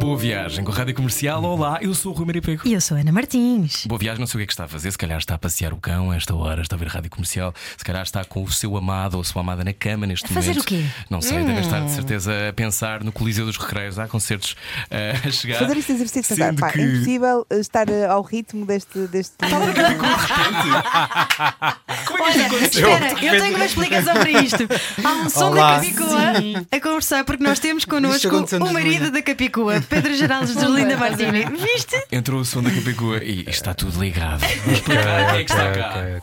Boa viagem com a Rádio Comercial. Olá, eu sou o Rui Maria Pego. E eu sou a Ana Martins. Boa viagem, não sei o que é que está a fazer. Se calhar está a passear o cão a esta hora, está a ver a rádio comercial. Se calhar está com o seu amado ou a sua amada na cama neste A fazer momento. o quê? Não sei, deve estar Hum. de certeza a pensar no Coliseu dos Recreios. Há concertos eh, a chegar. Fazer este exercício pensar, Sendo pá, que... é impossível eh, estar eh, ao ritmo deste. deste... Como é que isto aconteceu? Espera, eu tenho uma explicação para isto. Há um som Olá. da Capicua a conversar, porque nós temos Isto connosco aconteceu-nos o de marido manhã. da Capicua, Pedro Geraldes de Linda Martini. Viste? Entrou o som da Capicua e está tudo ligado. Vamos explicar quem é que está cá.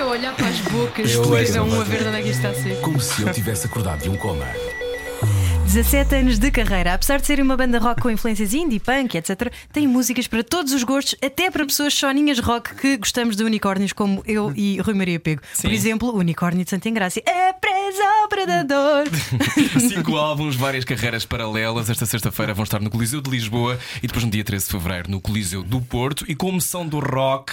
Eu olhar para as bocas, Eu explica a olho. um a ver de onde é que isto está a ser. Como se eu tivesse acordado de um coma. 17 anos de carreira. Apesar de serem uma banda rock com influências indie, punk, etc., tem músicas para todos os gostos, até para pessoas soninhas rock que gostamos de unicórnios, como eu e Rui Maria Pego. Por exemplo, o unicórnio de Santa Engrácia é presa ao predador. Cinco álbuns, várias carreiras paralelas. Esta sexta-feira vão estar no Coliseu de Lisboa e depois no dia 13 de fevereiro no Coliseu do Porto. E como são do rock,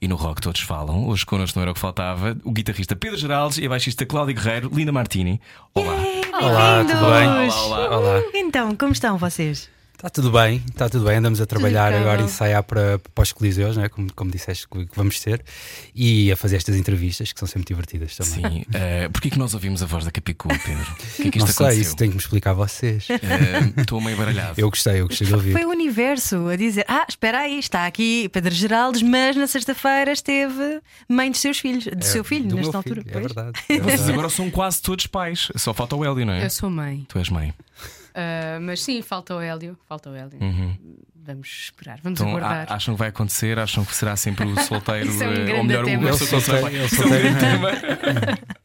e no rock todos falam, hoje connosco não era o que faltava, o guitarrista Pedro Geraldes e a baixista Cláudia Guerreiro, Linda Martini. Olá. Olá, tudo bem? Bem-vindos. Olá, olá. Então, como estão vocês? Está Tá tudo bem, está tudo bem. Andamos a trabalhar impecável. agora, ensaiar para, para os coliseus, né? como, como disseste que que vamos ter, e a fazer estas entrevistas que são sempre divertidas também. Sim. Uh, Porquê que nós ouvimos a voz da Capicua, Pedro? O que é que isto Não sei, aconteceu? isso tenho que me explicar a vocês. Eh, Estou meio baralhado. Eu gostei, eu gostei de ouvir. Foi o universo a dizer: Ah, espera aí, está aqui Pedro Geraldes, mas na sexta-feira esteve mãe dos seus filhos, do seu filho, É, Do nesta meu filho, altura. É pois. verdade. é Vocês verdade. agora são quase todos pais. Só falta o Hélio, não é? Eu sou mãe, Tu és mãe. Ah, mas sim, falta o Hélio. Falta o Hélio. Vamos esperar, vamos Uhum. Então, a- aguardar. acham que vai acontecer? Acham que será sempre o solteiro? Isso é um eh, ou grande melhor, tema. o Eu pessoa que não será pai? eu Isso é um grande tema. ah.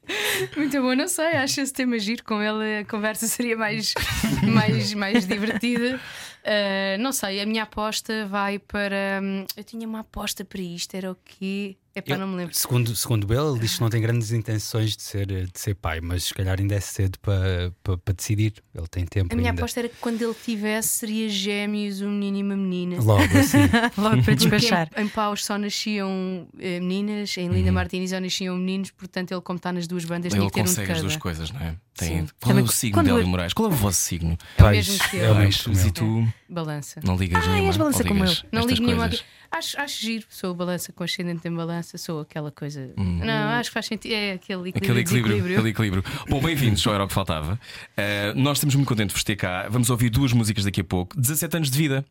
Muito bom, não sei, acho esse tema giro. Com ele a conversa seria mais, mais, mais divertida. Ah, não sei, a minha aposta vai para. hum, eu tinha uma aposta para isto, era o quê? Epá, Eu- não me lembro. Segundo, segundo ele, ele diz que não tem grandes intenções de ser, de ser pai, mas se calhar ainda é cedo para, para, para decidir. Ele tem tempo A minha ainda. aposta era que quando ele tivesse, seria gêmeos, um menino e uma menina. Logo assim. Logo para Porque despachar. Em, em Paus só nasciam eh, meninas, em Linda Martins só nasciam meninos, portanto ele, como está nas duas bandas, Uhum. Ele tinha que ter um de consegue as cada. duas coisas, não é? Tem... Sim. Qual Também é o cu- signo quando de eu- Hélio Moraes? Qual é o vosso signo? É o mesmo que eu. é o Pais, mesmo. e tu Balança. não ligas Ah, nenhuma. és balança ou como ligas eu. Não estas ligo nenhuma. coisas? Acho, acho giro, sou o balança com ascendente em balança, sou aquela coisa. Não, acho que faz sentido. É Hum. aquele equilíbrio. Aquele equilíbrio, desequilíbrio. aquele equilíbrio. Bom, bem-vindos, só era o que faltava. Uh, nós estamos muito contentes por vos ter cá. Vamos ouvir duas músicas daqui a pouco. 17 anos de vida.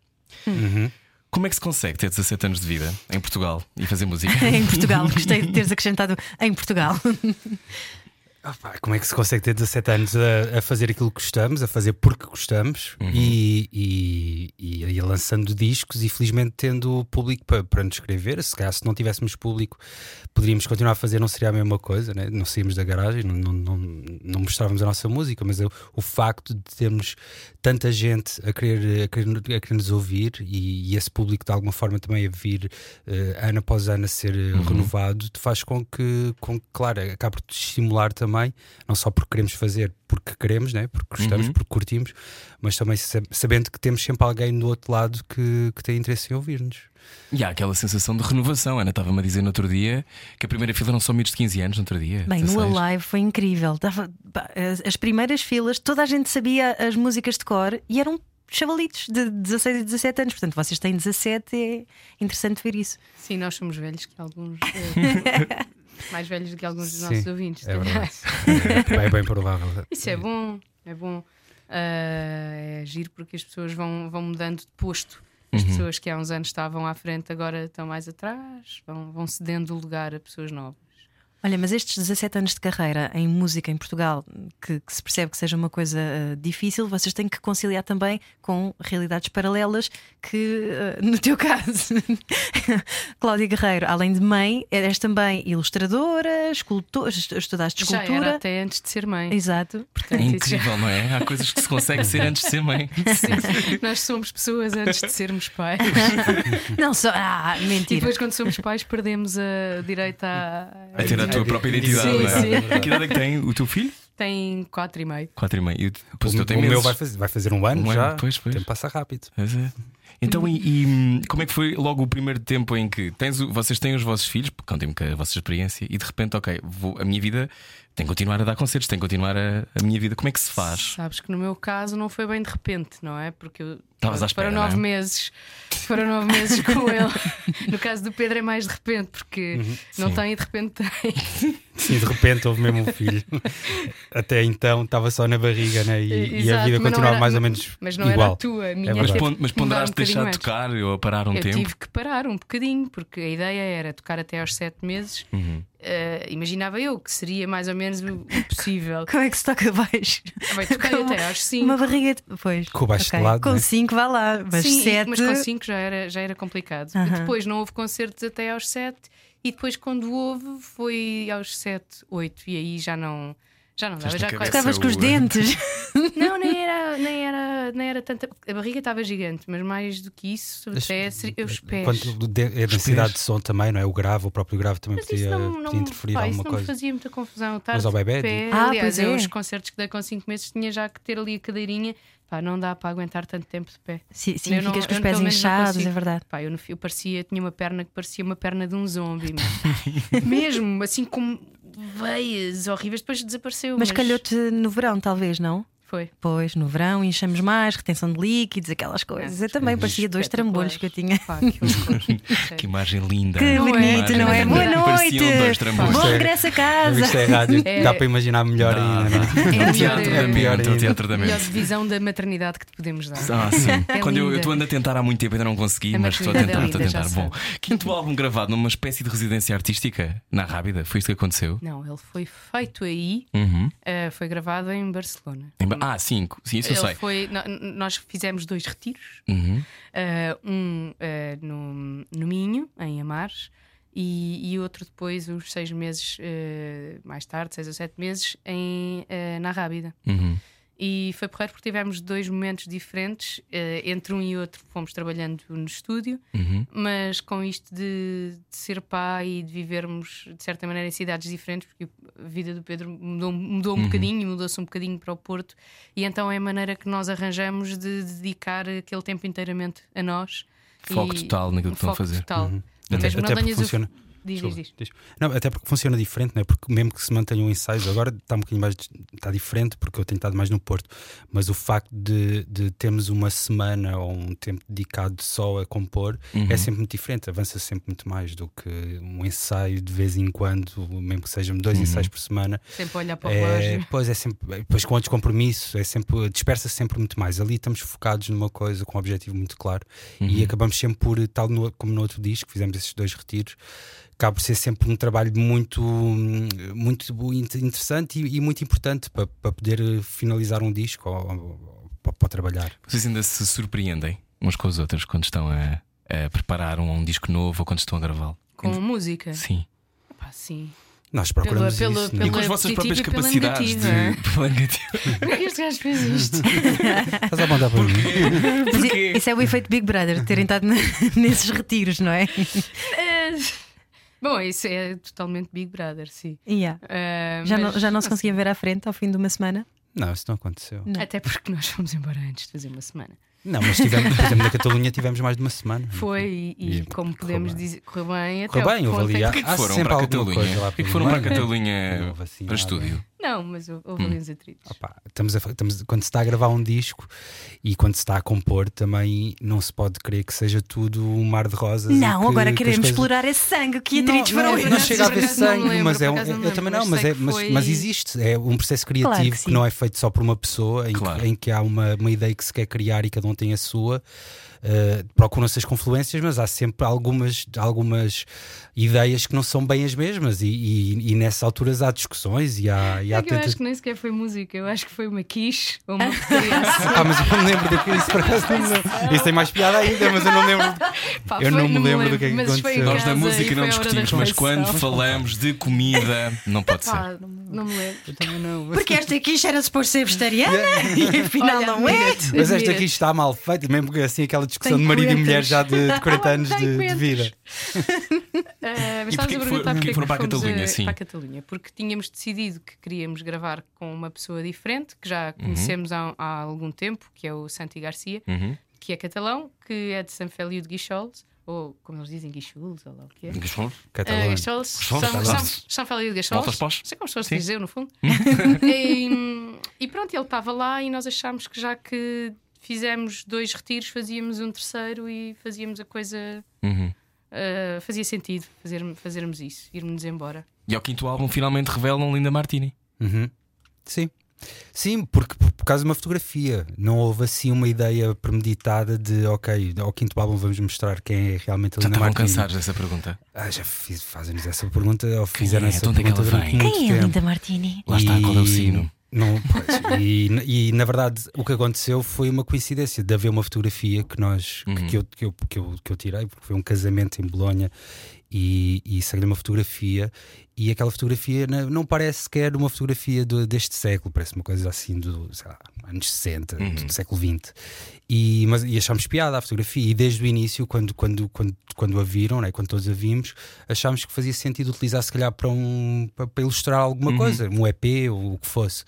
Como é que se consegue ter 17 anos de vida em Portugal e fazer música? Em Portugal, gostei de teres acrescentado em Portugal. Ah pá, como é que se consegue ter 17 anos a, a fazer aquilo que gostamos, a fazer porque gostamos e, e, e, e lançando discos e felizmente tendo público para, para nos escrever? Se calhar se não tivéssemos público, poderíamos continuar a fazer, não seria a mesma coisa, né? não saímos da garagem, não, não, não, não mostrávamos a nossa música, mas o, o facto de termos tanta gente a querer, a querer, a querer nos ouvir e, e esse público de alguma forma também a vir eh, ano após ano a ser eh, Uhum. renovado, te faz com que, com que, claro, acabe de estimular também, não só porque queremos fazer, porque queremos, né? porque gostamos, Uhum. porque curtimos, mas também sab- sabendo que temos sempre alguém do outro lado que, que tem interesse em ouvir-nos. E há aquela sensação de renovação. Ana estava-me a dizer no outro dia que a primeira fila não são miúdos de 15 anos, no outro dia. Bem, 16. no Alive foi incrível. Dava- pá, as- as primeiras filas, toda a gente sabia as músicas de cor e eram chavalitos de 16 e 17 anos. Portanto, vocês têm 17, é interessante ver isso. Sim, nós somos velhos que alguns. eh, mais velhos do que alguns dos Sim, nossos ouvintes. É tá? verdade. é bem provável. Isso é bom, é bom. Ah, é giro porque as pessoas vão, vão mudando de posto. Uhum. As pessoas que há uns anos estavam à frente agora estão mais atrás, vão, vão cedendo o lugar a pessoas novas. Olha, mas estes 17 anos de carreira em música em Portugal, que, que se percebe que seja uma coisa eh, difícil, vocês têm que conciliar também com realidades paralelas que, eh, no teu caso, Cláudia Guerreiro, além de mãe, és também ilustradora, escultora, estudaste Já era escultura. até antes de ser mãe. Exato. É Portanto, isso já- incrível, não é? Há coisas que se consegue ser antes de ser mãe. Sim, nós somos pessoas antes de sermos pais. Não só. Ah, E mentira. depois, quando somos pais, perdemos a direito à. A ter a tua própria identidade, Sim, não é? sim. Que idade é que tem o teu filho? Tem quatro e meio. Quatro e meio. E o- pois o teu tem o meu meses. vai fazer, vai fazer um ano Um ano, já. pois, pois. O tempo passa rápido. Pois é. Então, e, e, hum, como é que foi logo o primeiro tempo em que tens, o- vocês têm os vossos filhos? Contem-me que é a vossa experiência e de repente, ok, vou- a minha vida tem que continuar a dar concertos, tem que continuar a, a minha vida. Como é que se faz? Sabes que no meu caso não foi bem de repente, não é? Porque eu. Estavas à espera, foram nove não é? meses. Foram nove meses com ele. No caso do Pedro é mais de repente, porque Uhum. não Sim. tem e de repente tem. Sim, de repente houve mesmo um filho. Até então estava só na barriga, né? E, e a Eh, Exato, vida mas não continuava era- mais ou menos Mas não igual. era a tua, a minha. Mas, É verdade. teve pon- que mas mudar um ponderaste bocadinho deixar de antes. tocar ou a parar um eu tempo? tive que parar um bocadinho, porque a ideia era tocar até aos sete meses. Uhum. Eh, imaginava eu que seria mais ou menos o o possível. Como é que se toca baixo? Bem, toquei Como- até aos cinco. Uma barriga. de- Pois. Com o baixo ok. de lado, Com né? 5 vá lá, mas Sim, 7. mas com 5 já era, já era complicado. Aham. Depois não houve concertos até aos 7 e depois quando houve foi aos 7, 8 e aí já não já não dava, Fez já na quase- cabeça. Estavas com os é Saúde. dentes. Não, nem era, nem era, nem era tanta. A barriga estava gigante, mas mais do que isso, até ser- os pés. Quando de- a densidade de som também, não é? O grave, o próprio grave também Mas podia, isso não, não, podia interferir pá, isso alguma não me coisa. fazia muita confusão. Eu estar Mas ao de bebé, pé, digo. Ah, aliás, pois eu é. os concertos que dei com 5 meses tinha já que ter ali a cadeirinha. Pá, não dá para aguentar tanto tempo de pé. Sim, sim, Eu não- ficas com eu os pelo pés menos não inchados, consigo. é verdade. Pá, eu, no, eu parecia, tinha uma perna que parecia uma perna de um zombie. mesmo. mesmo, assim com veias horríveis, depois desapareceu. Mas calhou-te no verão, talvez, não? Foi. Pois, no verão, inchamos mais, retenção de líquidos, aquelas coisas. Eu também parecia dois trambolhos que eu tinha. Pá, que horror. Que imagem linda. Que Não é, bonito, não é? não Boa é. noite! Pareciam dois trambolhos. Bom Isto é- regresso a Mas Isto casa! é rádio, É- dá para imaginar melhor ainda, não é? É a O um teatro melhor- da É pior mente, o ainda. teatro da a melhor mente. divisão da maternidade que te podemos dar. Ah, sim. É Quando eu, eu linda. estou andando a tentar há muito tempo, ainda não consegui, É mas estou a maravilhosa, tentar, é estou a linda, tentar. já Bom, quinto álbum gravado numa espécie de residência artística na Rábida, foi isso que aconteceu? Não, ele foi feito aí, Uhum. eh, foi gravado em Barcelona. Em Ba- Ah, sim, co- sim, isso eu Ele sei. foi- no- n- nós fizemos dois retiros. Uhum. Uh, um uh, no, no Minho, em Amares, e, e outro depois, uns seis meses uh, mais tarde, seis ou sete meses, em, uh, na Rábida. Uhum. E foi porreiro porque tivemos dois momentos diferentes, uh, entre um e outro fomos trabalhando no estúdio, Uhum. mas com isto de, de ser pai e de vivermos de certa maneira em cidades diferentes, porque a vida do Pedro mudou, mudou um Uhum. bocadinho, mudou-se um bocadinho para o Porto, e então é a maneira que nós arranjamos de dedicar aquele tempo inteiramente a nós. Foco total naquilo que estão a foco fazer. Uhum. Total. Até, Mesmo até não porque tenhas o- funciona. Diz, diz, diz. Desculpa, diz. Não, até porque funciona diferente, não é? Porque mesmo que se mantenham ensaios, agora está um bocadinho mais está diferente, porque eu tenho estado mais no Porto, mas o facto de, de termos uma semana ou um tempo dedicado só a compor é sempre muito diferente, avança sempre muito mais do que um ensaio de vez em quando, mesmo que sejam dois ensaios por semana. Sempre olhar para o É, relógio. pois é sempre, depois com outros compromissos, é sempre, dispersa sempre muito mais. Ali estamos focados numa coisa com um objetivo muito claro Uhum. e acabamos sempre por, tal no- como no outro disco, fizemos esses dois retiros, acaba por ser sempre um trabalho muito, hum, muito in- interessante e, e muito importante para, para poder eh, finalizar um disco ou, ou- ou para trabalhar. Vocês ainda se surpreendem uns com os outros quando estão a, a preparar um, um disco novo ou quando estão a gravá-lo? Com música. Sim. Pá, sim. Nós procuramos Pela- isso. pela- não é? E com as Pela vossas próprias positiva e pela capacidades de. negativa. Pela negativa. Como é que este gajo fez isto? Estás a mandar para mim? Mas i- Isso é o efeito Big Brother, de terem estado na- nesses retiros, não é? É. Bom, isso é totalmente Big Brother, sim. Yeah. Ah, Já, mas- não, já não se conseguia ver à frente ao fim de uma semana? Não, isso não aconteceu. Não. Até porque nós fomos embora antes de fazer uma semana. Não, mas tivemos, por exemplo, na Catalunha tivemos mais de uma semana. Foi, e, e E como correu podemos bem. dizer, correu bem até Correu ao bem, houve ponto em ali. que- Porquê há que foram sempre para a alguma coisa Catalunha? lá Porquê que pelo foram para a meio. Não Catalunha houve assim para nada. estúdio? Não, mas hou- houve ali uns atritos. Opá, estamos a fa- estamos- quando se está a gravar um disco e quando se está a compor, também não se pode crer que seja tudo um mar de rosas. e Não, que- agora que as queremos coisas- explorar esse sangue. Que atritos não, foram não, não esses? chega a Por ver acaso não me sangue, lembro, mas por é um, acaso não me eu também lembro, não, mas mas, sei é, que mas, foi- mas existe. É um processo criativo Claro que que, sim. não é feito só por uma pessoa, em, Claro. que, em que há uma, uma ideia que se quer criar e cada um tem a sua. eh, procuram-se as confluências, mas há sempre algumas, algumas ideias que não são bem as mesmas, e, e- e nessas alturas há discussões e há, e há É que eu acho tentativas. que nem sequer foi música, eu acho que foi uma quiche ou uma criança. Ah, mas eu não me lembro daquilo, isso por acaso não me lembro. Isso tem mais piada ainda, mas eu não me lembro. Pá, Eu foi- não me lembro do que é que mas foi em aconteceu. Nós da casa música e não foi à hora da discutimos, mas quando refeição. falamos de comida, não pode ser. Pá, não me lembro. Eu também não. mas- Porque esta aqui era supor ser vegetariana e afinal Olha, eh, não é. admira-te, Mas esta admira-te. aqui está mal feita, mesmo que assim aquela discussão Tem de marido e mulher coentas. já de, de 40 anos Tem de, de coentas. vida. Eh, mas E estavas porquê que a perguntar foi- porque porquê que foram para a fomos eh, Catalunha, sim. para a Catalunha, porque tínhamos decidido que queríamos gravar com uma pessoa diferente, que já conhecemos há, há algum tempo, que é o Santi Garcia, Uhum. que é catalão, que é de San Félio de Guixols, ou como eles dizem, Guixols, ou lá o que é. Catalão. Eh, Guixols, São, Guixols, São, Guixols. São Félio de Voltas Guixols. pós. Sei como estou a Sim. Hum. dizer, no fundo. e, e pronto, ele estava lá e nós achámos que já que fizemos dois retiros, fazíamos um terceiro e fazíamos a coisa. Uhum. Uh, fazia sentido fazer, fazermos isso, irmos embora. E ao quinto álbum finalmente revelam Linda Martini. Uhum. Sim. Sim, porque por, por causa de uma fotografia. Não houve assim uma ideia premeditada de ok, ao quinto álbum vamos mostrar quem é realmente a Já Linda estavam Martini. cansados dessa pergunta. Ah, já fiz- fazem-nos essa pergunta, ou fizeram é? essa De onde é que pergunta ela durante vem? muito tempo. Martini? Lá está, qual é o sino? Não, pois, e, e, na verdade o que aconteceu foi uma coincidência de haver uma fotografia que nós Uhum. que- que, eu, que, eu, que, eu, que eu tirei, porque foi um casamento em Bolonha e, e saquei uma fotografia e aquela fotografia na- não parece sequer uma fotografia do- deste século, parece uma coisa assim do sei lá, anos 60, Uhum. do século XX. E, mas, e achámos piada a fotografia, e desde o início, quando, quando, quando, quando a viram, né, quando todos a vimos, achámos que fazia sentido utilizar, se calhar, para, um, para, para ilustrar alguma Uhum. coisa, um EP ou o que fosse.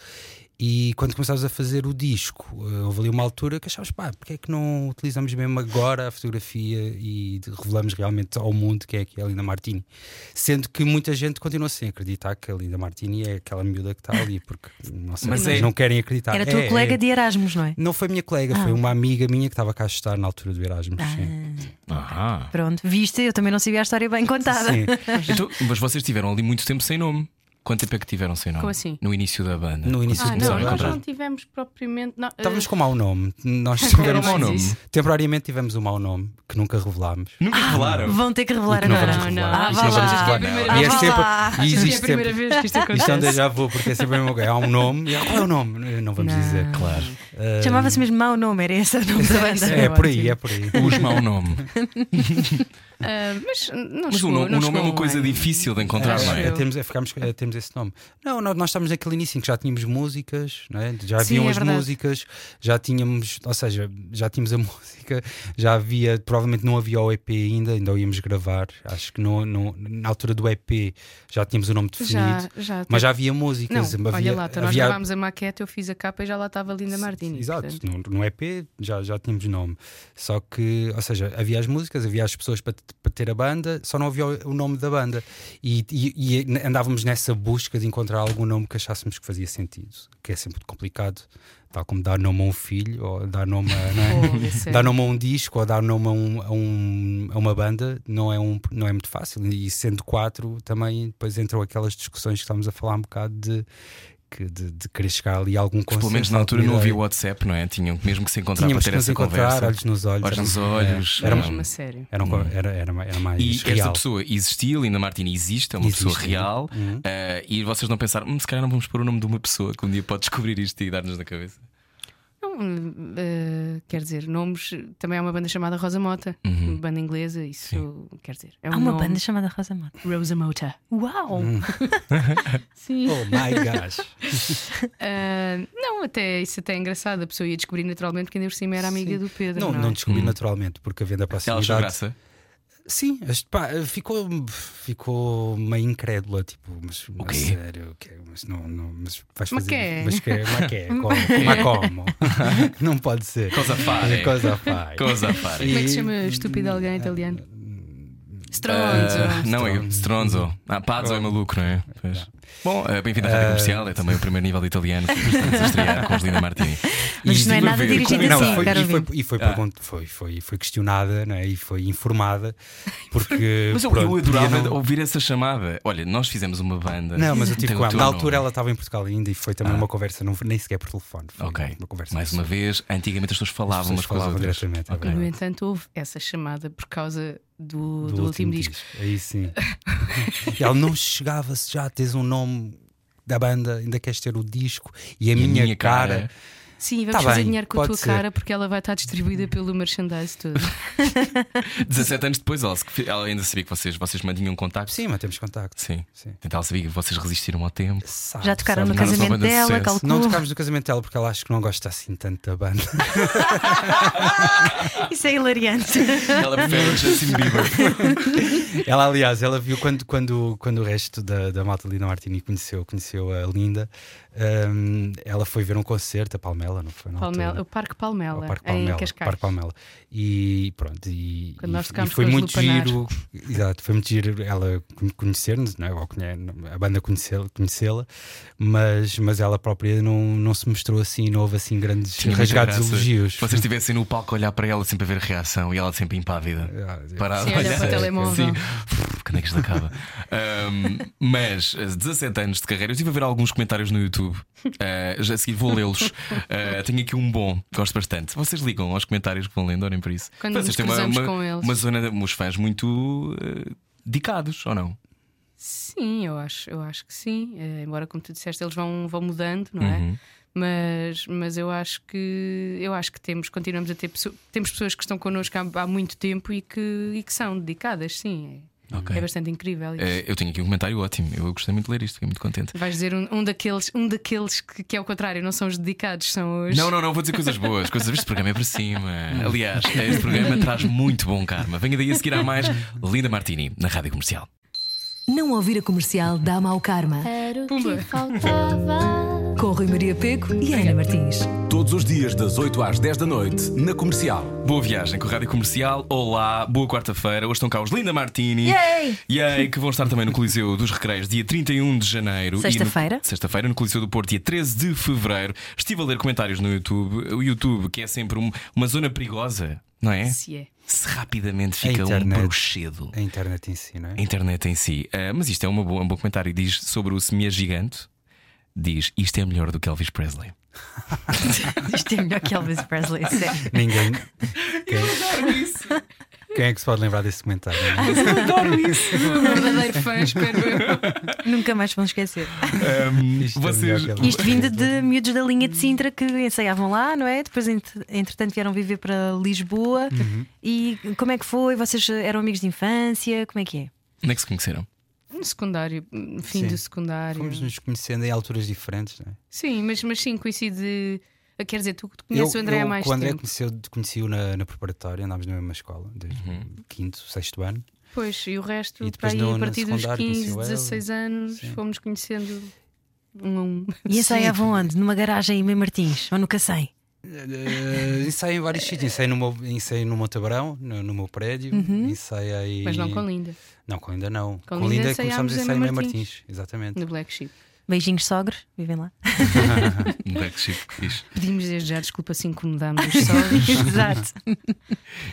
E quando começámos a fazer o disco, eh, houve ali uma altura que achámos, pá, porque é que não utilizamos mesmo agora a fotografia e de- revelamos realmente ao mundo que é que é a Linda Martini? Sendo que muita gente continua sem acreditar que a Linda Martini é aquela miúda que está ali, porque não, sei, Mas eles é- não querem acreditar. Era a tua É, colega é. de Erasmus, não é? Não foi minha colega, foi uma amiga minha que estava cá a estudar na altura do Erasmus. sim. Ah. Pronto, viste? Eu também não sabia a história bem contada. Sim. Então, mas vocês tiveram ali muito tempo sem nome. Quanto tempo é que tiveram sem nome? Como assim? No início da banda. No início de Ah, não, começaram a nós começar. encontrar. não tivemos propriamente. não, uh, Estávamos com mau nome. Nós Era um tivemos, mau nome. isso. temporariamente tivemos um mau nome que nunca revelámos. Ah, Nunca revelaram. Vão ter que revelar E que não agora. vamos revelar. Ah, Isto vá não lá. vamos revelar. E é Ah, vá lá. sempre. E Acho que é a existe primeira sempre. vez que isto Isto é um acontece. déjà vu, porque é sempre o mesmo. Há um nome. E há qual é o nome? Não vamos Não. dizer. Claro. Ah, Chamava-se mesmo Mau Nome, era esse o nome da banda. É por aí, é por aí. Os mau nome. Uh, mas não Mas o chegou, nome, não o nome é chegou uma coisa online. difícil de encontrar, Acho não É, é? eu. temos, é, ficámos, é, temos esse nome. Não, nó- nós, estávamos naquele início em que já tínhamos músicas, não é? já Sim, haviam é as verdade. músicas, já tínhamos, ou seja, já tínhamos a música, já havia, provavelmente não havia o EP ainda, ainda o íamos gravar. Acho que no, no- na altura do EP já tínhamos o nome definido, Já, já. mas já havia não, músicas. havia, olha lá, então nós havia- gravámos a maquete, eu fiz a capa e já lá estava a Linda Martini. Exato, portanto. no, no EP já, já tínhamos nome. Só que, ou seja, havia as músicas, havia as pessoas para, t- para ter a banda, só não havia o, o nome da banda. E, e- e andávamos nessa busca de encontrar algum nome que achássemos que fazia sentido, que é sempre complicado, tal como dar nome a um filho, ou dar nome a, não é? Pô, isso é- dar nome a um disco ou dar nome a, um- a um- a uma banda não é, um- não é muito fácil. E sendo quatro, também depois entram aquelas discussões que estávamos a falar um bocado de. que- De, de querer chegar ali a algum Mas, consenso. Pelo menos na altura não alguma havia ideia. o WhatsApp, não é? Tinham que mesmo que se encontrar Tínhamos para que ter nos essa encontrar, conversa. olhos nos olhos. Olhos era- nos olhos. Era, não. Mesmo a sério. era, um- era, era, era mais E real. esta pessoa existia, Linda Martini existe, é uma Existe. pessoa real. Uhum. eh, e vocês não pensaram, "Hum, se calhar não vamos pôr o nome de uma pessoa que um dia pode descobrir isto e dar-nos na cabeça. Não, eh, quer dizer, nomes. Também há uma banda chamada Rosa Mota, Uhum. banda inglesa, isso quer dizer. É um Há uma nome. banda chamada Rosa Mota. Rosa Mota. Uau! Hum, Sim. Oh my gosh! Ah, não, até isso até é engraçado. A pessoa ia descobrir naturalmente que ainda por cima era amiga Sim. do Pedro. não, Não, é? não descobri naturalmente, porque havendo a Hum. Ela proximidade. achou graça. Sim, este, pá, ficou, ficou meio incrédula, tipo, mas a quê? sério, o quê? mas não, não mas vais Mas fazer. quê? Mas que mas quê? como? Mas como? não pode ser. Cosa fare. Cosa fare. Coisa a par. Como é que se E- chama estúpido alguém em italiano? Ah, Stronzo. não, é Stronzo. Ah, Pazzo é maluco, não é? Pois. Bom, eh, bem-vindo à Rádio Comercial, é também o primeiro nível de italiano que estamos a estrear com Angelina Martini. Mas isto não é tem a nada ver com- dirigido assim, foi, quero e, foi, ouvir. e foi Ah. pergun- foi, foi, foi questionada não é? e foi informada porque. Mas eu, pronto, eu podia adorava não- ouvir essa chamada. Olha, nós fizemos uma banda. Não, mas eu tive Tem com ela. teu Na nome. Ah. altura ela estava em Portugal ainda e foi também uma conversa, não, nem sequer por telefone. Foi Ok, uma conversa assim. mais pessoal. uma vez, antigamente as pessoas As falavam pessoas umas com as falavam outras. diretamente, é Ok. No entanto, houve essa chamada por causa do, do, último, disco. Aí sim. E ela não chegava se já tens um nome da banda, ainda queres ter o disco e a, E a minha, cara. Sim, vamos Tá fazer bem, dinheiro com a pode tua ser. cara porque ela vai estar distribuída pelo merchandise todo. 17 anos depois, ela, se- ela ainda sabia que vocês, vocês mantinham um contacto. Sim, mas temos contacto. Sim. Sim. Então ela sabia que vocês resistiram ao tempo. Sabe, Já tocaram sabe, no não sou casamento banda de dela, sucesso. Não calculo. tocámos no casamento dela porque ela acho que não gosta assim tanto da banda. Isso é hilariante. Ela um prefere o Justin Bieber. ela, aliás, ela viu quando, quando, quando o resto da, da malta Linda Martini conheceu, conheceu a Linda, hum, ela foi ver um concerto, a Palmela, não foi? na Palmela, altura? o Parque Ao Palmela, Parque em Palmela, Cascais. Parque Palmela. E pronto, e, Quando nós e- tocámos e foi com os muito Lupanar. giro, exato, foi muito giro ela con- conhecer-nos, não é? Ou conhe- a banda conhecê-la, conhecê-la, mas, mas ela própria não, não se mostrou assim, não houve assim grandes Tinha muita rasgados graça. elogios. Se vocês estivessem no palco a olhar para ela, sempre a ver a reação e ela sempre impávida. Ah, é, Parada. Sim, olha para o telemóvel. Sim. Quando é que isto acaba? Ahm, mas eh, 17 anos de carreira, eu estive a ver alguns comentários no YouTube. Ah, já a seguir vou lê-los. Ah, tenho aqui um bom, gosto bastante. Vocês ligam aos comentários que vão lendo, olhem por isso. Quando vocês nos têm uma, cruzamos uma- com eles. uma zona, de- uns fãs muito eh, dedicados, ou não? Sim, eu acho, eu acho que sim. Eh, embora, como tu disseste, eles vão, vão mudando, não é? Uhum. Mas, mas eu acho que eu acho que temos, continuamos a ter pessoas, temos pessoas que estão connosco há, há muito tempo e que, e que são dedicadas, sim. É, Ok. é bastante incrível. isso. Eh, eu tenho aqui um comentário ótimo. Eu gostei muito de ler isto, fiquei muito contente. Vais dizer um, um daqueles, um daqueles que, que é o contrário, não são os dedicados, são os. Não, não, não, vou dizer coisas boas. Coisas, este programa é para cima. Aliás, este programa traz muito bom karma. Venha daí a seguir a mais Linda Martini, na rádio comercial. Não ouvir a comercial dá mau karma. Era o Pumba. que faltava. Com Rui Maria Peco e Ana Martins. Todos os dias, das 8 às 10 da noite, na comercial. Boa viagem com a rádio comercial. Olá, boa quarta-feira. Hoje estão cá os Linda Martini. Yay! Yay! Que vão estar também no Coliseu dos Recreios, dia 31 de janeiro. e no- Sexta-feira. Sexta-feira, no Coliseu do Porto, dia 13 de fevereiro. Estive a ler comentários no YouTube. O YouTube, que é sempre um- uma zona perigosa, não é? Se é. Se rapidamente fica um internet. bruxedo. A internet em si, não é? A internet em si. Ah, mas isto é uma boa, um bom comentário. Diz sobre o Semia Gigante. Diz isto é melhor do que Elvis Presley. Isto é melhor que Elvis Presley. sério. Ninguém. Quem... Quem é que se pode lembrar desse comentário? não é? Um verdadeiro fã, espero eu. Nunca mais vão esquecer. Isto é vocês- melhor que ela. Isto vindo de miúdos da linha de Sintra que ensaiavam lá, não é? Depois, ent- entretanto, vieram viver para Lisboa. Uhum. E como é que foi? Vocês eram amigos de infância? Como é que é? Onde é que se conheceram? No secundário, no fim Sim. do secundário. Fomos nos conhecendo em alturas diferentes, não é? Sim, mas, mas sim, coincide. Quer dizer, tu conheces eu, o André há eu é mais com o André tempo. conheceu, conheci-o na, na preparatória, andámos na mesma escola, desde o quinto, sexto ano. Pois, e o resto, E para depois aí, no- a no partir dos secundário, 15, conheci o Elvis. 16 anos, Sim. fomos conhecendo um a um. E ensaiavam onde? Numa garagem em Mem Martins? Ou no Cacém? Eh, ensaiei em vários sítios, ensaiei no meu, ensaiei no meu tabarão, no, no meu prédio, ensaiei. Uhum. Mas não com Linda, Não, com ainda não. Com Linda começámos ensaiámos a em ensaiar em Martins. Martins, exatamente. no Black Sheep. Beijinhos sogros, vivem lá. Onde é que Chico quis? Pedimos desde já desculpa se incomodámos os solos. Exato.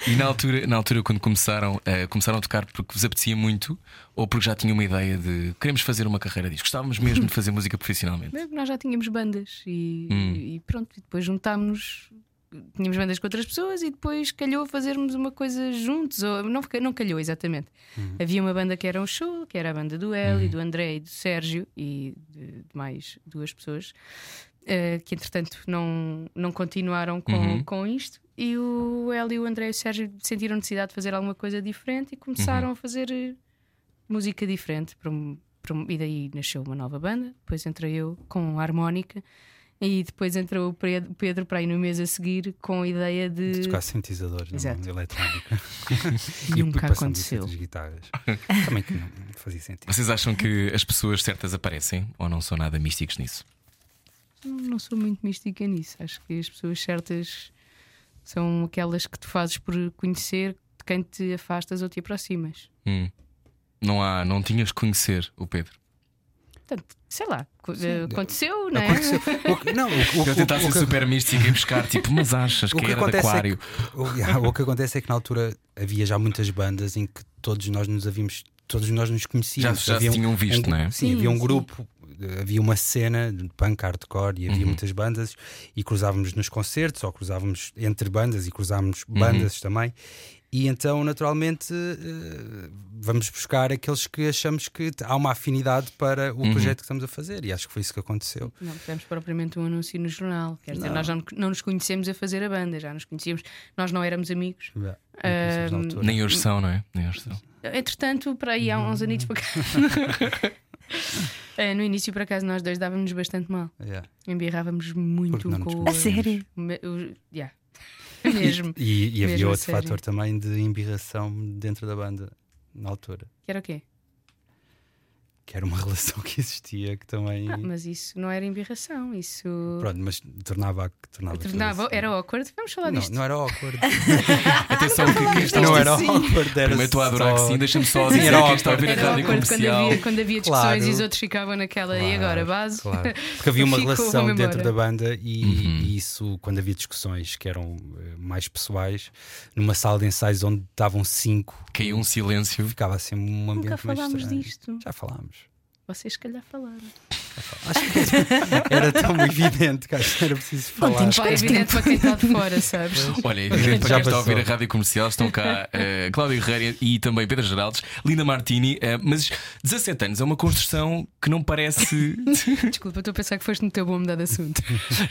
E na altura, na altura quando começaram, eh, começaram a tocar porque vos apetecia muito ou porque já tinham uma ideia de queremos fazer uma carreira disso? Gostávamos mesmo de fazer música profissionalmente. Bem, Nós já tínhamos bandas e, Hum. e pronto, e depois juntámos. Tínhamos bandas com outras pessoas e depois calhou fazermos uma coisa juntos, ou não, fica- não calhou exatamente. Hum. Havia uma banda que era um show, que era a banda do El e do André e do Sérgio e de, de mais duas pessoas, eh, que entretanto não, não continuaram com, Uhum. com isto. E o El e o André e o Sérgio sentiram necessidade de fazer alguma coisa diferente e Uhum. começaram a fazer eh, música diferente para um- para um- e daí nasceu uma nova banda. Depois entrei eu com a harmónica e depois entrou o Pe- o Pedro para ir no mês a seguir com a ideia de. De tocar sintetizadores, Exato. não eletrónica. Nunca passamos a um aconteceu. certas guitarras. Também que não fazia sentido. Vocês acham que as pessoas certas aparecem ou não são nada místicos nisso? Não sou muito mística nisso. Acho que as pessoas certas são aquelas que tu fazes por conhecer de quem te afastas ou te aproximas. Hum. Não há, não tinhas que conhecer o Pedro. Portanto, sei lá, co- eh, aconteceu, não é? Aconteceu. O que- não, o, o, Eu tentar o- ser o que- super místico e buscar, tipo, mas achas o que, que era de acontece é aquário? que- o, yeah, o que acontece é que na altura havia já muitas bandas em que todos nós nos havíamos, todos nós nos Já, conhecíamos. já se Havia um- tinham visto, um- não é? Sim, Sim, havia um sim. grupo, eh, havia uma cena de punk hardcore e Uhum. havia muitas bandas e cruzávamos nos concertos ou cruzávamos entre bandas e cruzávamos Uhum. bandas também. E então, naturalmente, eh, vamos buscar aqueles que achamos que t- há uma afinidade para o Uhum. projeto que estamos a fazer, e acho que foi isso que aconteceu. Não tivemos propriamente um anúncio no jornal. Quer dizer, nós já não- não nos conhecemos a fazer a banda, já nos conhecíamos, nós não éramos amigos. Yeah, não conhecemos na Ahm, altura. Nem hoje são, não é? Nem hoje são. Entretanto, para aí há Uhum. uns anitos para cá. Eh, no início, por acaso, nós dois dávamos bastante mal. Yeah. Embirrávamos muito Porque não com nos o A conhecemos. sério? Me- o- yeah. Mesmo. E, e havia Mesmo a outro sério. fator também de embirração dentro da banda na altura, Que era o quê? que era uma relação que existia que também. Ah, mas isso não era embirração, isso. Pronto, mas tornava. tornava tudo Tornava, é assim. era awkward, vamos falar Não, é disto. não era awkward. Atenção, que quem está a Ah, não ouvir- era awkward. Era Primeiro estou a adorar que só- sim, deixa-me só Sim, dizer era quem está a ouvir a Era rádio awkward quando comercial. havia, quando havia discussões Claro. e os outros ficavam naquela e agora, base. Claro, porque havia uma Ficou, relação vou-me dentro da embora. banda e, Uhum. e isso, quando havia discussões que eram eh, mais pessoais, numa sala de ensaios onde estavam cinco, Caiu um silêncio. ficava assim um ambiente Nunca mais falámos estranho. disto. Já falámos. Vocês, se calhar, falaram. Era tão evidente que acho que era preciso falar. Contem-nos Pá, é quanto evidente tempo. para quem está de fora, sabes? Olha, é evidente para Já quem está a passou. ouvir a rádio comercial, estão cá eh, Cláudio Herrera e também Pedro Geraldes, Linda Martini, eh, mas 17 anos é uma construção que não parece. Desculpa, estou a pensar que foste no teu bom mudar de assunto.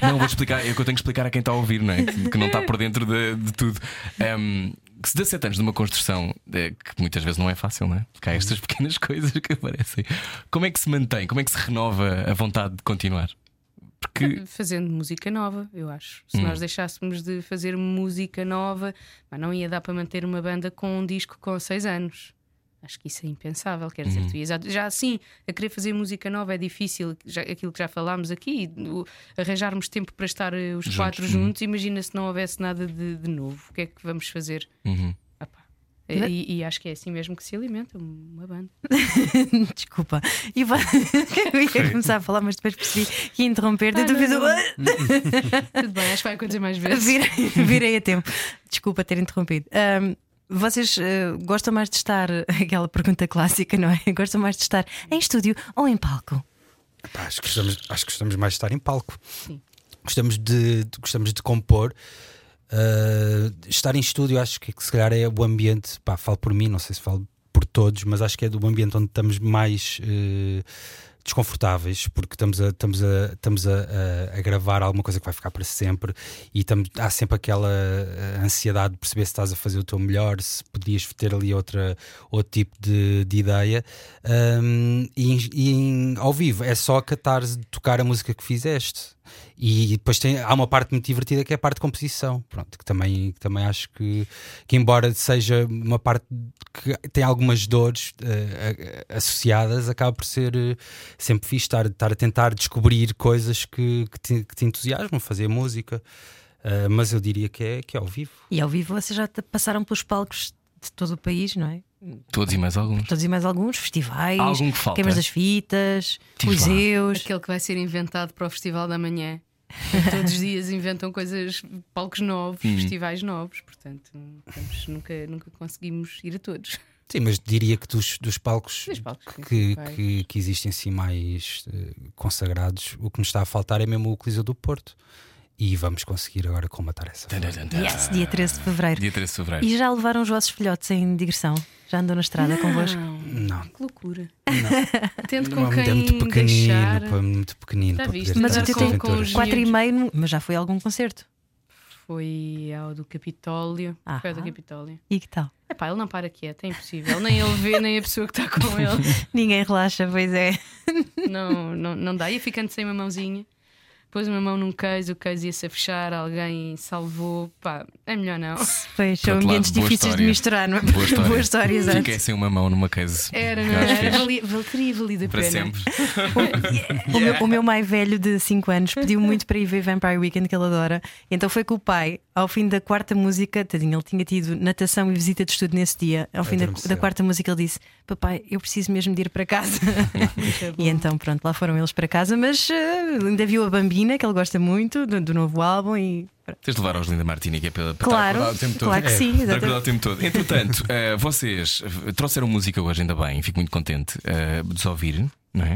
não, vou explicar, é o que eu tenho que explicar a quem está a ouvir, não é? Que não está por dentro de, de tudo. Ehm, que se 17 anos de uma construção eh, que muitas vezes não é fácil, não é? Porque há estas pequenas coisas que aparecem. Como é que se mantém? Como é que se renova a vontade de continuar? Porque. Fazendo música nova, eu acho. Se nós deixássemos de fazer música nova, pá, não ia dar para manter uma banda com um disco com 6 anos. Acho que isso é impensável. Quer dizer, tu ias a- já assim, a querer fazer música nova é difícil, já- aquilo que já falámos aqui, o- arranjarmos tempo para estar eh, os quatro juntos. Imagina se não houvesse nada de, de novo, o que é que vamos fazer? Uhum. Ah, pá. E- E, e acho que é assim mesmo que se alimenta uma banda. Desculpa. E vai... eu ia começar a falar, mas depois percebi que ia interromper-te. Ah, e tu não, fiz o- não. Tudo bem, acho que vai acontecer mais vezes. Virei, virei a tempo. Desculpa ter interrompido. Ahm, vocês eh, gostam mais de estar, aquela pergunta clássica, não é? Gostam mais de estar em estúdio ou em palco? Pá, acho, que gostamos, acho que gostamos mais de estar em palco. Sim. Gostamos de, de- gostamos de compor. Uh, estar em estúdio, acho que, se calhar é o ambiente. Pá, falo por mim, não sei se falo por todos, mas acho que é do ambiente onde estamos mais. eh, Desconfortáveis, porque estamos, a, estamos, a, estamos a, a- a gravar alguma coisa que vai ficar para sempre e estamos, há sempre aquela eh, ansiedade de perceber se estás a fazer o teu melhor, se podias ter ali outra, outro tipo de, de ideia. Ahm, e, em- e em- ao vivo é só catar de tocar a música que fizeste. E depois tem, há uma parte muito divertida que é a parte de composição, pronto, que também, que também acho que, que, embora seja uma parte que tem algumas dores eh, a- a- associadas, acaba por ser eh, sempre fixe estar, estar a tentar descobrir coisas que, que, te, que te entusiasmam, fazer música. Eh, mas eu diria que é, que é ao vivo. E ao vivo vocês já te- passaram pelos palcos de todo o país, não é? Todos e mais alguns. Todos e mais alguns, festivais, Algum que falta. queimas das fitas, Diz lá. museus. Aquele que vai ser inventado para o Festival da Manhã. Todos os dias inventam coisas, palcos novos, Uhum. festivais novos, portanto estamos- nunca, nunca conseguimos ir a todos. Sim, mas diria que dos, dos palcos, Dos palcos que, principais. que, que existem sim mais eh, consagrados, o que nos está a faltar é mesmo o Coliseu do Porto. E vamos conseguir agora colmatar essa. falta. Yes, dia 13 de fevereiro. Ah, Dia 13 de fevereiro. E já levaram os vossos filhotes em digressão? Já andam na estrada convosco? Não, Que loucura. Tento não com é muito, é muito quem pequenino, deixar. pá, é muito pequenino Já para viste, poder mas estar eu nessas tenho com aventuras. os- Quatro e meio, mas já foi a algum concerto. Foi ao do Capitólio. Ah. Foi ao do Capitólio. E que tal? Epá, ele não para quieto, é impossível. Nem ele vê, nem a pessoa que está com ele. Ninguém relaxa, pois é. Não, não, não dá. Ia ficando sem uma mãozinha. pôs uma mão num case, o case ia-se a fechar, alguém salvou. Pá, é melhor não. Pois, Por são outro ambientes lado, boa difíceis de história. misturar, não é? Boa história. Boa história, exato. Fiquei sem uma mão numa case. Era, não Eu acho era? fixe. Valia, valia, valia a Para pena. sempre. O, meu, o meu mais velho de 5 anos pediu muito para ir ver Vampire Weekend, que ele adora. Então foi com o pai, ao fim da quarta música, tadinho, ele tinha tido natação e visita de estudo nesse dia. Ao fim da, Adormeceu. da quarta música, ele disse: Papai, eu preciso mesmo de ir para casa. e então, pronto, lá foram eles para casa, mas eh, ainda viu a Bambina, que ele gosta muito, do, do novo álbum. E... Tens de levar aos Linda Martini, que é para, para Claro, estar acordado o tempo todo. claro que É, sim, estar exatamente. acordado o tempo todo. Entretanto, eh, vocês eh, trouxeram música hoje, ainda bem, fico muito contente eh, de os ouvir, não é?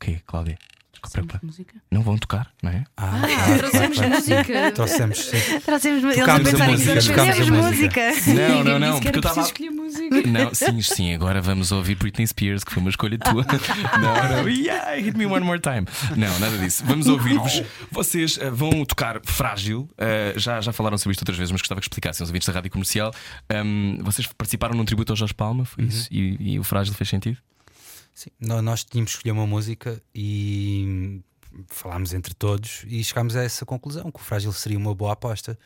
O quê, Cláudia? Desculpa, Trouxemos preocupa. música. não vão tocar, não é? Ah, Ah, trouxemos música. Trouxemos, sim. Trazemos, eles a Tocámos a pensarem música, que nós tocámos a fazemos música. Não, música. não, Ninguém não, disse que porque eu era preciso estava. escolher música. Não, sim, sim, agora vamos ouvir Britney Spears, que foi uma escolha tua. não, não, yeah, hit me one more time. Não, nada disso. Vamos ouvir-vos. Vocês eh, vão tocar Frágil. eh, já, já falaram sobre isto outras vezes, mas gostava que explicassem aos ouvintes da rádio comercial. Ahm, vocês participaram num tributo ao Jorge Palma, foi isso? E, e o Frágil fez sentido? Sim, nó- nós tínhamos que escolher uma música e falámos entre todos e chegámos a essa conclusão que o Frágil seria uma boa aposta.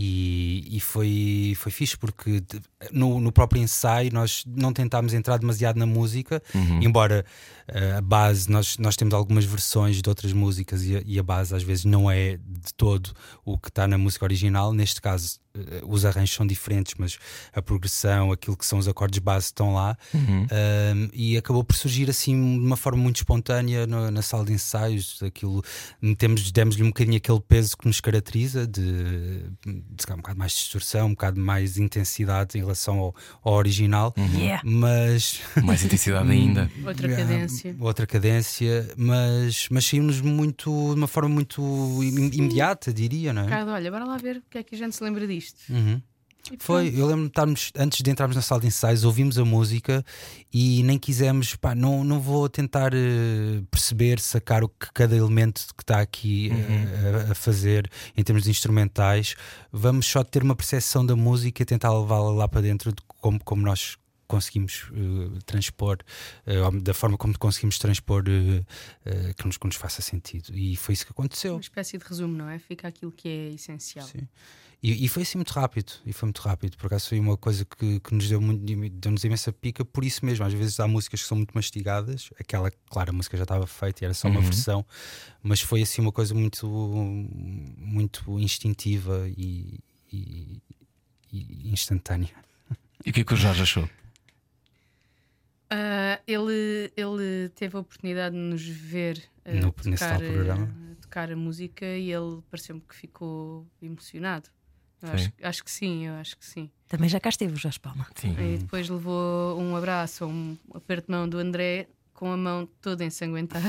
E, e foi, foi fixe porque de- no, no próprio ensaio nós não tentámos entrar demasiado na música, embora eh, a base, nós, nós temos algumas versões de outras músicas e a, e a base às vezes não é de todo o que está na música original. Neste caso, eh, os arranjos são diferentes, mas a progressão, aquilo que são os acordes base estão lá. Um, e acabou por surgir assim de uma forma muito espontânea na, na sala de ensaios. Aquilo metemos, demos-lhe um bocadinho aquele peso que nos caracteriza, de, de se calhar um bocado mais distorção, um bocado mais intensidade em relação ao, ao original, Yeah. mas Mais intensidade ainda. Outra Yeah, cadência. Outra cadência, mas, mas saímos muito de uma forma muito im- imediata, diria, não é? Ricardo, olha, bora lá ver porque é que a gente se lembra disto. E Uhum. Foi, eu lembro-me de estarmos, antes de entrarmos na sala de ensaios, ouvimos a música e nem quisemos, pá, não, não vou tentar eh, perceber, sacar o que cada elemento que está aqui eh, a, a fazer em termos de instrumentais. Vamos só ter uma percepção da música e tentar levá-la lá para dentro de como, como nós conseguimos eh, transpor, eh, ou da forma como conseguimos transpor eh, eh, que, nos, que nos faça sentido. E foi isso que aconteceu. Uma espécie de resumo, não é? Fica aquilo que é essencial. Sim. E, e foi assim muito rápido, e foi muito rápido. Por acaso foi uma coisa que, que nos deu muito, deu-nos imensa pica, por isso mesmo. Às vezes há músicas que são muito mastigadas, aquela, claro, a música já estava feita e era só uma versão, mas foi assim uma coisa muito, muito instintiva e, e- e instantânea. E o que é que o Jorge achou? Ah, ele, ele teve a oportunidade de nos ver ah, No- tocar, nesse tal programa. ah, tocar a música e ele pareceu-me que ficou emocionado. Eu Foi? acho, acho que sim, eu acho que sim. Também já cá esteve o Jorge Palma. Sim. E depois levou um abraço, um aperto de mão do André com a mão toda ensanguentada.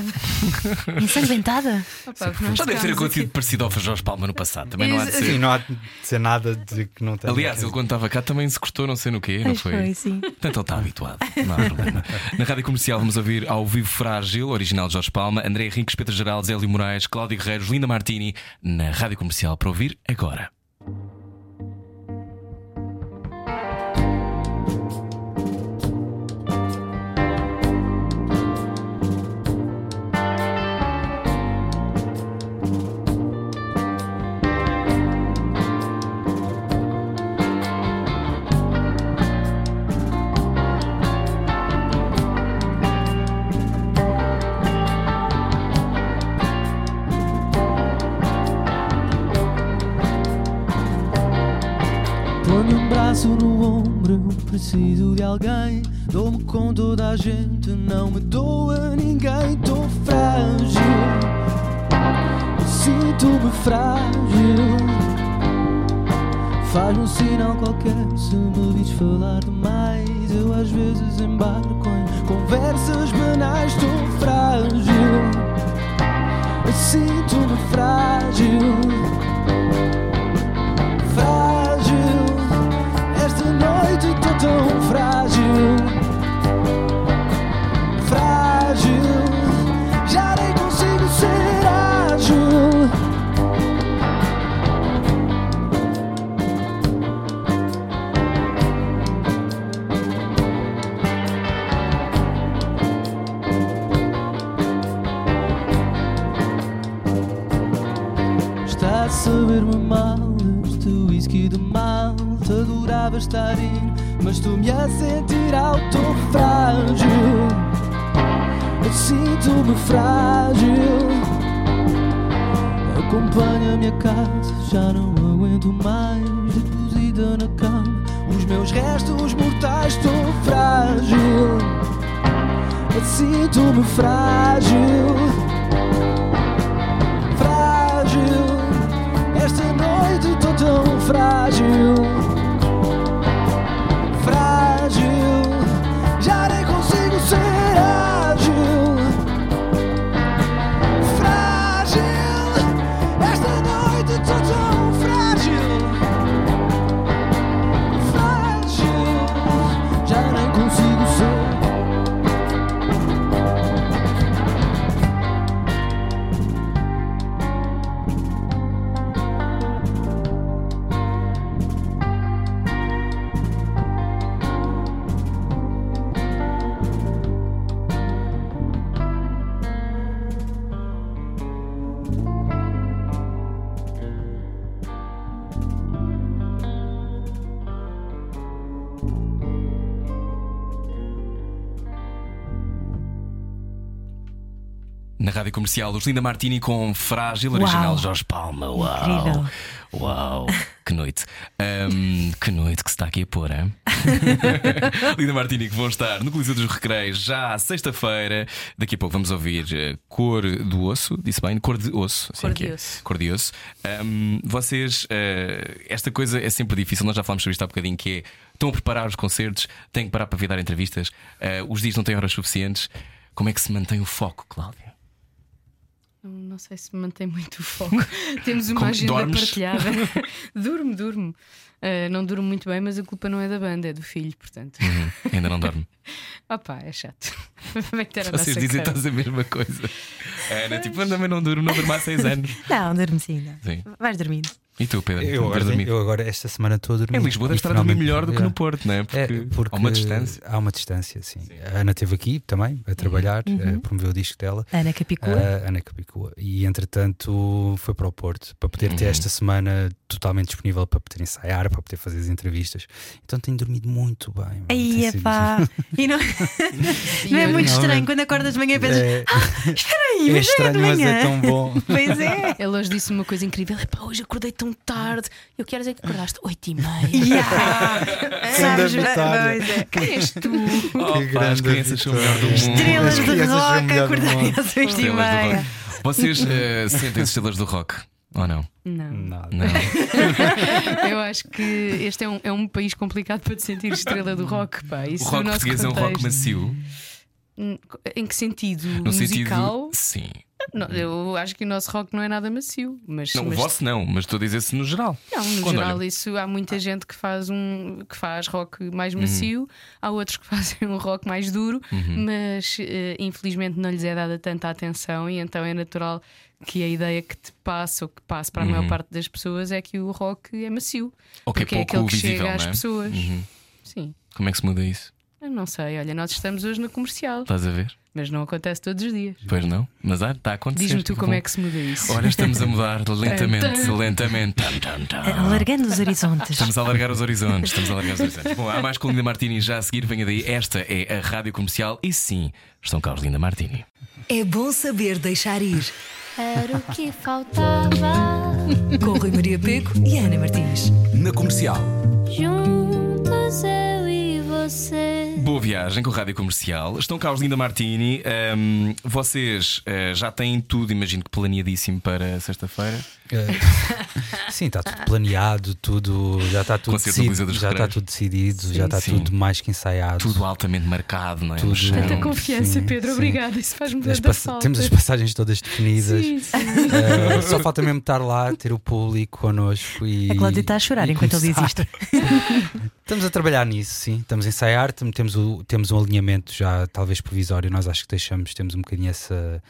Ensanguentada? Opa, nós Já deve ter ficámos acontecido parecido ao Jorge Palma no passado, também não há de Sim, ser. não há de dizer nada de que não tem. Aliás, ele quando estava cá também se cortou, não sei no quê, não Pois foi, sim. Portanto, ele está habituado, não há problema. Na rádio comercial vamos ouvir ao vivo Frágil, original de Jorge Palma, André Henriques, Pedro Geraldes, Hélio Moraes, Cláudio Guerreiros, Linda Martini, na rádio comercial para ouvir agora. Ponho um braço no ombro, preciso de alguém. Dou-me com toda a gente, não me dou a ninguém. Tô frágil, sinto-me frágil. Faz um sinal qualquer se me vis falar demais. Eu às vezes embarco em conversas banais. Tô frágil, sinto-me frágil frágil. Esta noite tô tão frágil. Frágil, já nem consigo ser ágil. saber-me mal Este whisky de malta adorava estar in Mas estou-me a sentir autofrágil Eu sinto-me frágil Acompanha-me a casa, já não aguento mais Deposita na cama os meus restos mortais Estou frágil Eu sinto-me frágil frágil. Esta noite estou tão frágil. Frágil, já nem consigo ser ágil. Frágil, esta noite estou tão frágil. Frágil, já nem consigo ser. Na rádio comercial, os Linda Martini com Frágil, original Jorge Palma. Uau! Incrível. Uau! Que noite! Ahm, que noite que se está aqui a pôr, hein? Linda Martini, que vão estar no Coliseu dos Recreios já à sexta-feira. Daqui a pouco vamos ouvir eh, Cor do Osso, disse bem? Cor de Osso. assim Cor é que de é. Osso. Cor de Osso. Ahm, vocês, eh, esta coisa é sempre difícil, nós já falámos sobre isto há bocadinho, que é estão a preparar os concertos, têm que parar para vir dar entrevistas, eh, os dias não têm horas suficientes. Como é que se mantém o foco, Cláudia? Não, não sei se mantém muito o foco. Temos uma Como- agenda dormes? partilhada. durmo, durmo. Ah, não durmo muito bem, mas a culpa não é da banda, é do filho, portanto. Uhum. Ainda não dorme. Opá, é chato. Vai ter a Vocês nossa dizem cara. todos a mesma coisa. Ana, tipo, eu também não durmo, não durmo há seis anos. Não, dorme sim. não. Sim. Vais dormindo. E tu, Pedro? Eu Tens agora, dormido? eu agora, esta semana estou a dormir. Em Lisboa deve E estar a dormir finalmente- melhor do que Yeah. no Porto, não é? Porque, É, porque há uma distância. Uhum. Há uma distância, sim. A Ana esteve aqui também a trabalhar, a promover o disco dela, Ana Capicua. a Ah, Ana Capicua. E entretanto foi para o Porto para poder ter Uhum. esta semana totalmente disponível para poder ensaiar, para poder fazer as entrevistas. Então tenho dormido muito bem. Aí, assim. epá. E não, não é muito Não, estranho é- quando acordas de manhã e pensas, É, "Ai, mas já é é de estranho, mas é manhã. tão bom. Pois é. Ele hoje disse uma coisa incrível: é pá, hoje acordei tão tarde. Eu quero dizer que acordaste 8 e meia. Yeah. Sabes, vitória. pois é. Quem és tu? Oh, pá, as grande crianças são o melhor do mundo. vitória. Estrelas As de crianças são o rock é melhor do acordar mundo. às seis e Estrelas do meia. rock. Vocês eh, sentem as estrelas do rock? Ou não? Não. Nada. Não. Eu acho que este é um, é um país complicado para te sentir estrela do rock, pá. Isso O no rock nosso português é um rock contexto. macio. Em que sentido? No musical? sentido. Sim. Não, eu acho que o nosso rock não é nada macio, mas, Não, o mas- vosso não, mas estou a dizer-se no geral. não, no Quando Ah. geral olham. isso há muita gente que faz um que faz rock mais Uhum. macio, há outros que fazem um rock mais duro, Uhum. mas eh, infelizmente não lhes é dada tanta atenção e então é natural que a ideia que te passa ou que passa para a maior parte das pessoas é que o rock é macio, Uhum. Ou que é porque é pouco aquele que visível, chega às não é? pessoas. Uhum. Sim. Como é que se muda isso? Eu não sei, olha, nós estamos hoje no comercial, Estás a ver? mas não acontece todos os dias. Pois não? Mas ah, está a acontecer. Diz-me tu como bom. é que se muda isso. Olha, estamos a mudar lentamente, Então. lentamente. Tam, tam, tam. um Alargando os horizontes. Tá. Estamos a alargar os horizontes, estamos a alargar os horizontes. Bom, há mais com Linda Martini já a seguir, venha daí. Esta é a Rádio Comercial e sim, estão cá os Linda Martini. É bom saber deixar ir. Era o que faltava. Com Rui Maria Peco e Ana Martins. Na comercial. Juntos eu e você. Boa viagem com a Rádio Comercial. Estão cá os Linda Martini. Ahm, vocês eh, já têm tudo, imagino que planeadíssimo para sexta-feira. Eh, Sim, está tudo planeado, tudo, já está tudo, Concerto do Coliseu decidido, dos já está Recreios. tudo decidido, já está Sim. tudo mais que ensaiado. Tudo altamente marcado, não é? Tudo. No chão. Tanta confiança, Sim, Pedro, sim. obrigada. Isso faz-me As tanta pass- falta. Temos as passagens todas definidas. Sim, sim. Eh, só falta mesmo estar lá, ter o público connosco e. A Cláudia está a chorar e enquanto ele diz começar. isto. Estamos a trabalhar nisso, sim. Estamos a ensaiar, tam- temos, o- temos um alinhamento já talvez provisório. Nós acho que deixamos, temos um bocadinho essa,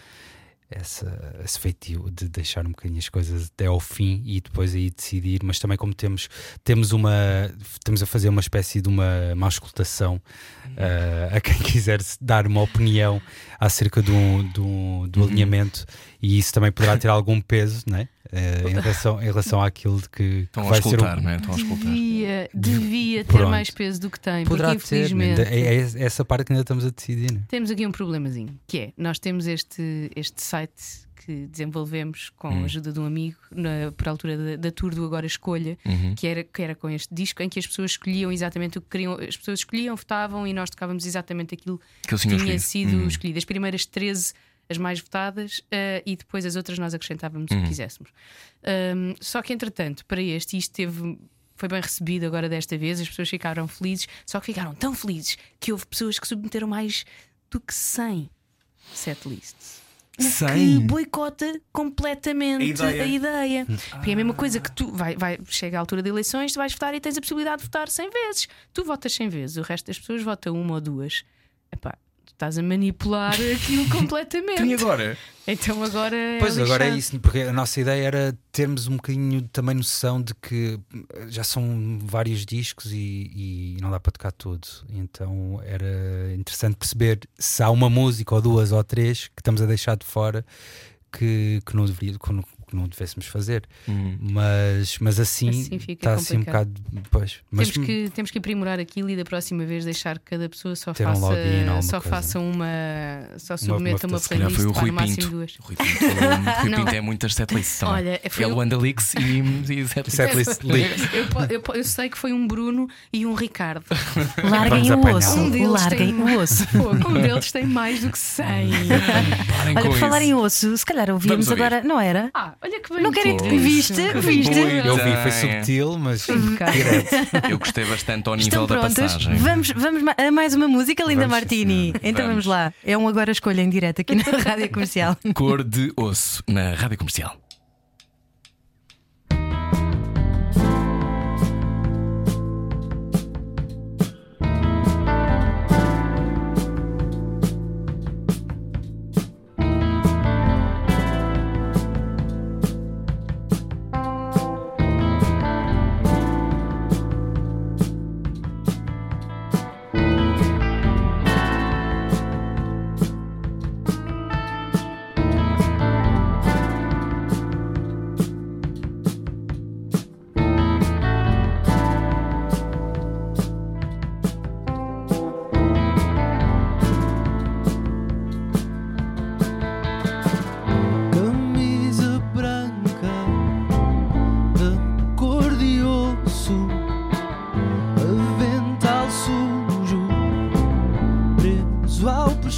essa, esse feitio de deixar um bocadinho as coisas até ao fim e depois aí decidir. Mas também, como temos, temos uma. Estamos a fazer uma espécie de uma, uma auscultação ah, a quem quiser se dar uma um, Uhum. opinião acerca do, do, do alinhamento e isso também poderá ter algum peso, não é? eh, em, relação, em relação àquilo de que, que Estão a vai ser. escutar, um- não é? Estão a escutar. Devia, devia ter Tá. Pronto. mais peso do que tem, Poderá porque ter, infelizmente. Ainda- É, é essa parte que ainda estamos a decidir. Né? Temos aqui um problemazinho, que é, nós temos este, este site que desenvolvemos com Hum. a ajuda de um amigo na, por altura da, da tour do Agora Escolha, Hum. Uhum. que, era, que era com este disco, em que as pessoas escolhiam exatamente o que queriam, as pessoas escolhiam, votavam e nós tocávamos exatamente aquilo Que eles tinha tinham escolhido. sido Uhum. escolhido. As primeiras 13, as mais votadas, eh, e depois as outras nós acrescentávamos Uhum. o que quiséssemos. Ahm, só que, entretanto, para este, isto teve. Foi bem recebido agora desta vez, as pessoas ficaram felizes, só que ficaram tão felizes que houve pessoas que submeteram mais do que 100 setlists. O Que 100? boicota completamente a ideia. Hum. Porque é a mesma coisa que tu vai, vai, chega à altura de eleições, tu vais votar e tens a possibilidade de votar 100 vezes. Tu votas 100 vezes, o resto das pessoas vota uma ou duas. Epá, tu estás a manipular aquilo completamente. E agora? Então agora. é Pois agora é lixado. isso, porque a nossa ideia era termos um bocadinho também noção de que eh, já são vários discos e, e não dá para tocar tudo. Então era interessante perceber se há uma música ou duas ou três que estamos a deixar de fora que, que, não, deveria, que, não, que não devêssemos fazer. Mas, mas assim, Assim fica está assim um complicado. bocado. Pois, mas hum. Temos, que, temos que aprimorar aquilo e da próxima vez deixar que cada pessoa só Ter um faça, login ou alguma só coisa. faça uma. Só submeta uma, uma- se Se calhar foi o playlist pá, Rui no máximo Pinto. duas. O Rui Pinto, o Rui Não. Pinto é muitas setlists. também. Olha, foi é o- Luanda Leaks e, e setlists. setlist leak. Eu, po- eu po- eu sei que foi um Bruno e um Ricardo. Larguem o apanhá-los. osso. Um deles Larguem tem- o osso. Pô, um deles tem mais do que 100. Parem Olha, com por falar em isso. osso, se calhar Vamos ouvíamos ouvir. agora. Não era? Ah, olha que bem. Não querem que- Viste? Viste? Eu vi, Então, foi subtil, mas bocado. direto. Eu gostei bastante ao nível Estão da prontas? passagem. Vamos, vamos ma- a mais uma música, Linda Vamos, sim, Martini. senhora. Então Vamos. vamos lá. É um agora escolha em direto aqui na Rádio Comercial. Cor de osso na rádio comercial.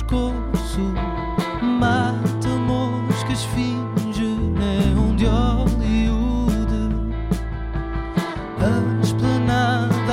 Quando é um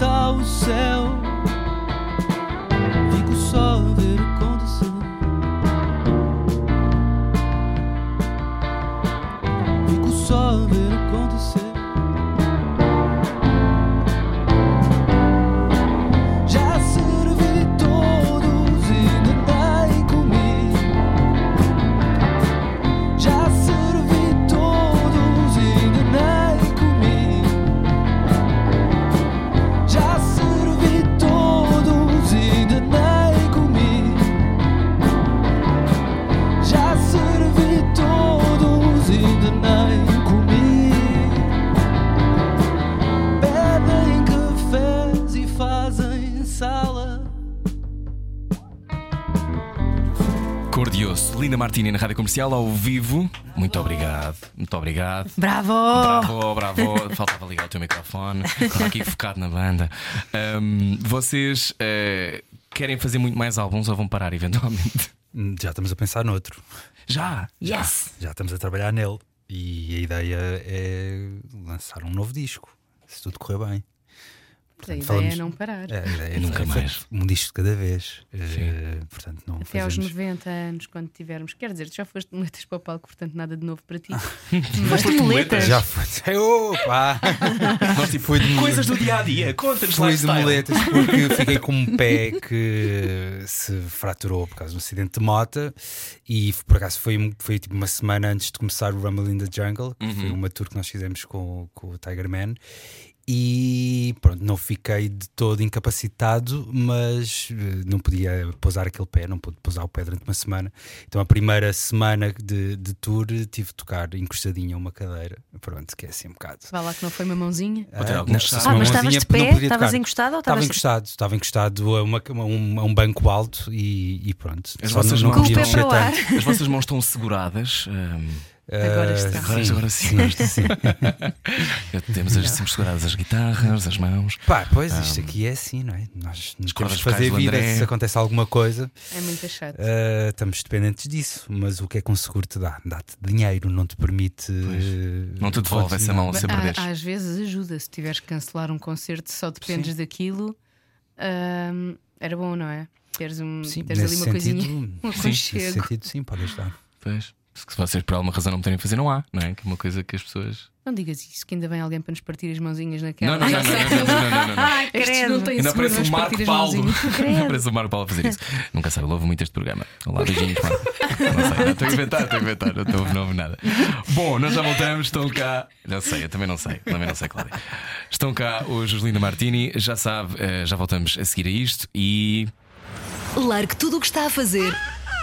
tá de osso. Linda Martini na Rádio Comercial, ao vivo. Muito obrigado, muito obrigado. Bravo! Bravo, bravo. Faltava ligar o teu microfone. Estava aqui focado na banda. Ahm, vocês eh, querem fazer muito mais álbuns ou vão parar eventualmente? Hum, Já estamos a pensar noutro. Já! Yes! Já estamos a trabalhar nele. E a ideia é lançar um novo disco, se tudo correr bem. A ideia falamos- é não parar. É, a ideia é Nunca fa- mais. Um disco de cada vez. Eh, portanto, não Até aos fazemos... 90 anos, quando tivermos. Quer dizer, tu já foste de muletas para o palco, portanto nada de novo para ti. Foste de muletas. Já foi. Opa! Nós, tipo, Foi de coisas do dia a dia, conta-nos Fui de lifestyle. muletas porque fiquei com um pé que se fraturou por causa de um acidente de moto e por acaso foi, foi tipo uma semana antes de começar o Rumble in the Jungle, que Uhum. foi uma tour que nós fizemos com, com o Tiger Man. E pronto, não fiquei de todo incapacitado, mas eh, não podia pousar aquele pé, não pude pousar o pé durante uma semana. Então a primeira semana de, de tour tive de tocar encostadinho a uma cadeira. Pronto, que é assim um bocado. Vá lá que não foi uma mãozinha. Ou ter Ah, alguns não, se chaves. fosse Ah, uma mas estavas mãozinha, de não pé? podia Estavas tocar. encostado ou Estava estavas. encostado, estava encostado a, uma- a um, a um banco alto e, e pronto. As Só vossas Com o podia pé mexer para o ar. tanto. As vossas mãos estão seguradas. hum, ahm, Agora Ah, está. Agora, agora sim. Temos, as, temos seguradas as guitarras, as mãos. Pá, pois isto aqui é assim, não é? Nós não temos cordas que vocais fazer do vida André. se acontece alguma coisa. É muito chato. ah, estamos dependentes disso, mas o que é que um seguro te dá? Dá-te dinheiro, não te permite. Não te devolve essa mão se a Há- perderes. Ah, às vezes ajuda, se tiveres que cancelar um concerto, só dependes daquilo. Ahm, era bom, não é? Teres, um, Sim, teres ali nesse uma sentido, coisinha. um sim, nesse aconchego. sentido, sim, pode ajudar. Pois. Se vocês por alguma razão não podem fazer, não há, não é? Que é uma coisa que as pessoas. Não digas isso, que ainda vem alguém para nos partir as mãozinhas Não, naquela. não, não, não, não, não, não, não, não. Ai, Estes não credo. um têm Ainda seguro, aparece o vamos partir Marco as Paulo. mãozinhas. Ainda aparece o Marco Paulo a fazer isso. Nunca sabe, ele ouve muito este programa. Olá, beijinhos, Marco. Não sei, não, estou a inventar, estou a inventar, não estou a ouvir, não ouve nada. Bom, nós já voltamos, estão cá. Não sei, eu também não sei, também não sei, Cláudia. Estão cá hoje os Linda Martini, já sabe, eh, já voltamos a seguir a isto e. Largue tudo o que está a fazer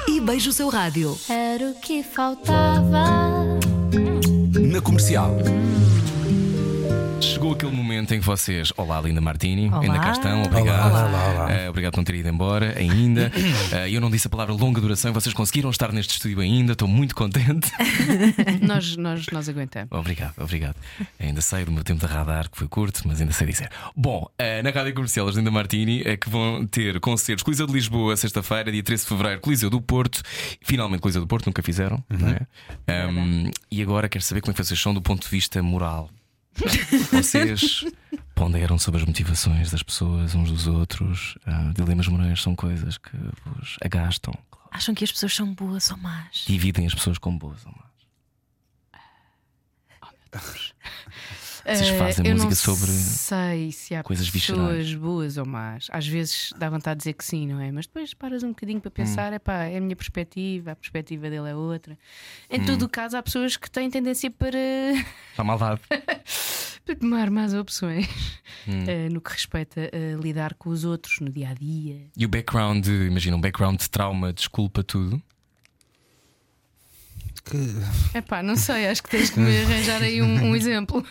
e beije o seu rádio. Era o que faltava. Na comercial. Chegou aquele momento em que vocês, olá Linda Martini, Olá. ainda cá estão, Olá, obrigado. olá, olá. Eh, obrigado por não ter ido embora ainda. Eh, eu não disse a palavra longa duração, vocês conseguiram estar neste estúdio ainda, estou muito contente. Nós, nós, nós aguentamos. Obrigado, obrigado. Ainda sei do meu tempo de radar, que foi curto, mas ainda sei dizer. Bom, eh, na Rádio Comercial, as Linda Martini, eh, que vão ter concertos Coliseu de Lisboa, sexta-feira, dia 13 de fevereiro, Coliseu do Porto, finalmente Coliseu do Porto, nunca fizeram, não é? Ahm, e agora quero saber como é que vocês são do ponto de vista moral. Vocês ponderam sobre as motivações das pessoas, uns dos outros. Ah, dilemas morais são coisas que vos agastam, Acham que as pessoas são boas ou más? dividem as pessoas com boas ou más. Vocês Eh, fazem eu música não sobre sei se há coisas pessoas viscerais. boas ou más. Às vezes dá vontade de dizer que sim, não é? Mas depois paras um bocadinho Hum. para pensar, é pá, é a minha perspectiva, a perspectiva dele é outra. Em Hum. todo o caso, há pessoas que têm tendência para, Está maldade. para tomar más opções Hum. eh, no que respeita a lidar com os outros no dia a dia. E o background, de- imagina, um background de trauma, desculpa tudo. Que- É pá, não sei, acho que tens que me arranjar aí um, um exemplo.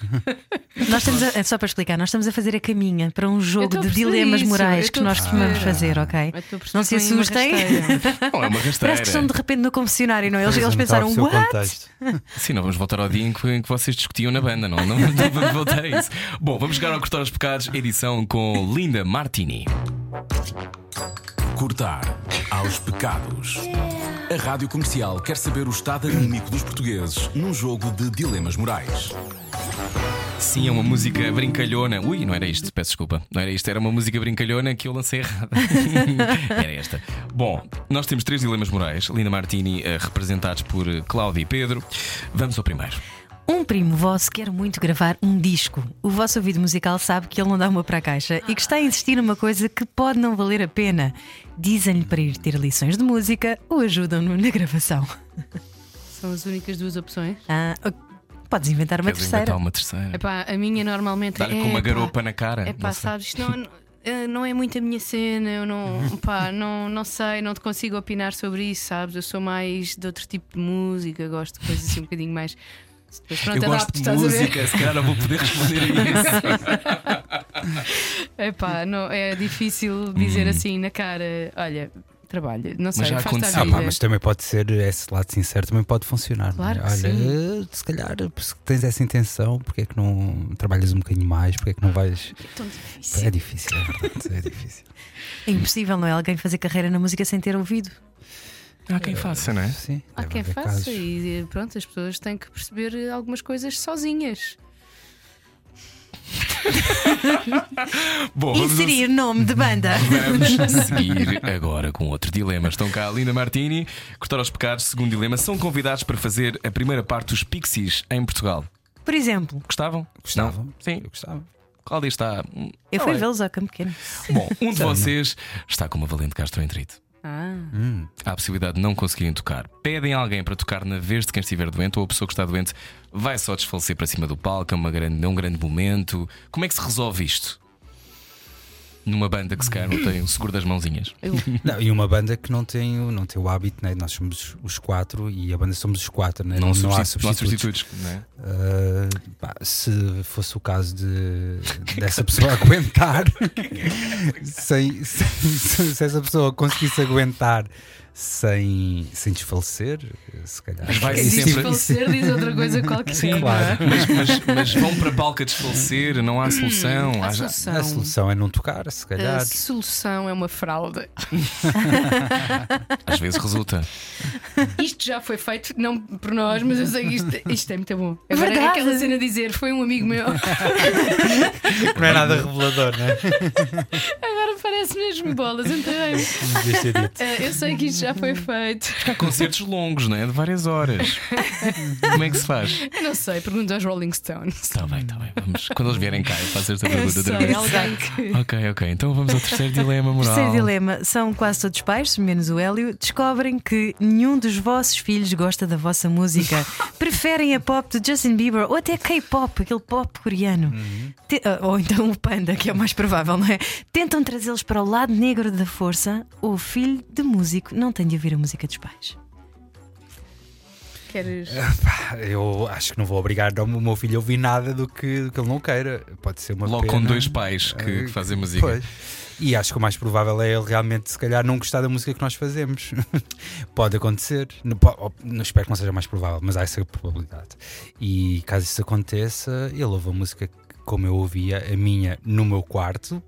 Nós estamos a, é só para explicar, nós estamos a fazer a caminha para um Eu jogo estou a de perceber dilemas isso, eu morais que estou a nós costumamos perceber. fazer, ok? Eu estou a perceber Não se que vem uma assustem. rasteira. Não é uma rasteira. Parece que estão de repente no confessionário, não é? Eles, Pois, eles não estava a pensaram, perceber o what? contexto. Sim, não vamos voltar ao dia em que, em que vocês discutiam na banda, não, não, não vamos voltar a isso. Bom, vamos chegar ao Cortar os Pecados, edição com Linda Martini. Cortar aos pecados. A Rádio Comercial quer saber o estado anímico dos portugueses num jogo de dilemas morais. Sim, é uma música brincalhona. Ui, não era isto, peço desculpa. Não era isto, era uma música brincalhona que eu lancei errada. era esta. Bom, nós temos três dilemas morais, Linda Martini, eh, representados por eh, Cláudio e Pedro. Vamos ao primeiro. Um primo vosso quer muito gravar um disco. O vosso ouvido musical sabe que ele não dá uma para a caixa e que está a insistir numa coisa que pode não valer a pena. Dizem-lhe para ir ter lições de música ou ajudam-no na gravação. São as únicas duas opções. Ah, ok. podes inventar uma Queres terceira. inventar uma terceira? Epá, a minha normalmente Dar-lhe é. com uma pá, garopa na cara. É pá, Não sei. sabes, isto não, eh, não é muito a minha cena, eu não, pá, não, não sei, não te consigo opinar sobre isso, sabes? Eu sou mais de outro tipo de música, gosto de coisas assim um bocadinho mais. Depois, pronto, eu gosto adapto, de estás a ver? música, se calhar não vou poder responder a isso. Epá, não, é difícil dizer assim na cara: olha, trabalho. Não sei, Uhum. já faz-te a aconteceu. Ah, vida. pá, mas também pode ser esse lado sincero, também pode funcionar. não é? Claro que Olha, sim. eh, se calhar se tens essa intenção, porque é que não trabalhas um bocadinho mais? Porque é que não vais. Tão difícil. É difícil, é verdade, é difícil. um? É impossível, não é? Alguém fazer carreira na música sem ter ouvido. Ah, Há quem faça, não é? Sim, Há deve quem haver faça casos. e eh, pronto, as pessoas têm que perceber eh, algumas coisas sozinhas. Bom, vamos, Inserir nome de banda. vamos seguir agora com outro dilema. Estão cá a Linda Martini, Cortar aos Pecados, segundo dilema. São convidados para fazer a primeira parte dos Pixies em Portugal. Por exemplo, Gostavam? Gostavam. Não? Sim. Eu gostava. Cláudia está. hum, eu tá fui bem. vê-los ao campo pequeno. Bom, um de vocês está com uma valente gastroenterite. Ah, Há a possibilidade de não conseguirem tocar. Pedem alguém para tocar na vez de quem estiver doente ou a pessoa que está doente vai só desfalecer para cima do palco. É, uma grande, é um grande momento. Como é que se resolve isto? Numa banda que se calhar não tem o seguro das mãozinhas. Não, e uma banda que não tem, o- não tem o hábito, né? nós somos os quatro e a banda somos os quatro, né? Não, substitu- há não há substitutos. substitutos. não é? Uh, pá, se fosse o caso de, dessa pessoa aguentar, sem, sem- se essa pessoa conseguisse aguentar sem, sem desfalecer, se calhar. Mas vai E sempre- se- e se- falecer diz outra coisa qualquer. é? Sim, claro. Mas, mas- mas vão para a palca desfalecer, não há solução. A Hum, Há já- solução, A solução é não tocar, se calhar. a solução é uma fralda. Às vezes resulta. Isto já foi feito, não por nós, mas eu sei que isto, isto é muito bom. Agora é Verdade. aquela cena de dizer foi um amigo meu. Não é nada revelador, não é? Agora parece mesmo bolas, entrei. Devia ser dito. Eu sei que isto já foi feito. Há concertos longos, não é? De várias horas. Como é que se faz? Eu não sei, pergunta aos Rolling Stones. Está Tá bem, está bem. Vamos. Quando eles vierem cá, eu faço esta Eu pergunta outra sei, vez. alguém que. Ok, ok. Então vamos ao terceiro dilema moral. Terceiro dilema: são quase todos pais, menos o Hélio, descobrem que nenhum dos vossos filhos gosta da vossa música. Preferem a pop de Justin Bieber ou até K-pop, aquele pop coreano. Uhum. Te- ah, ou então o Panda, que é o mais provável, não é? Tentam trazê-los para o lado negro da força. O filho de músico não tem de ouvir a música dos pais. Queres. Pá, Eu acho que não vou obrigar o meu filho a ouvir nada do que, do que ele não queira. Pode ser uma Logo pena. com dois pais que, que fazem música. Pois. E acho que o mais provável é ele realmente, se calhar, não gostar da música que nós fazemos. pode acontecer. Não, po- ou- não espero que não seja mais provável, mas há essa probabilidade. E caso isso aconteça, ele ouve a música que- como eu ouvia, a minha, no meu quarto,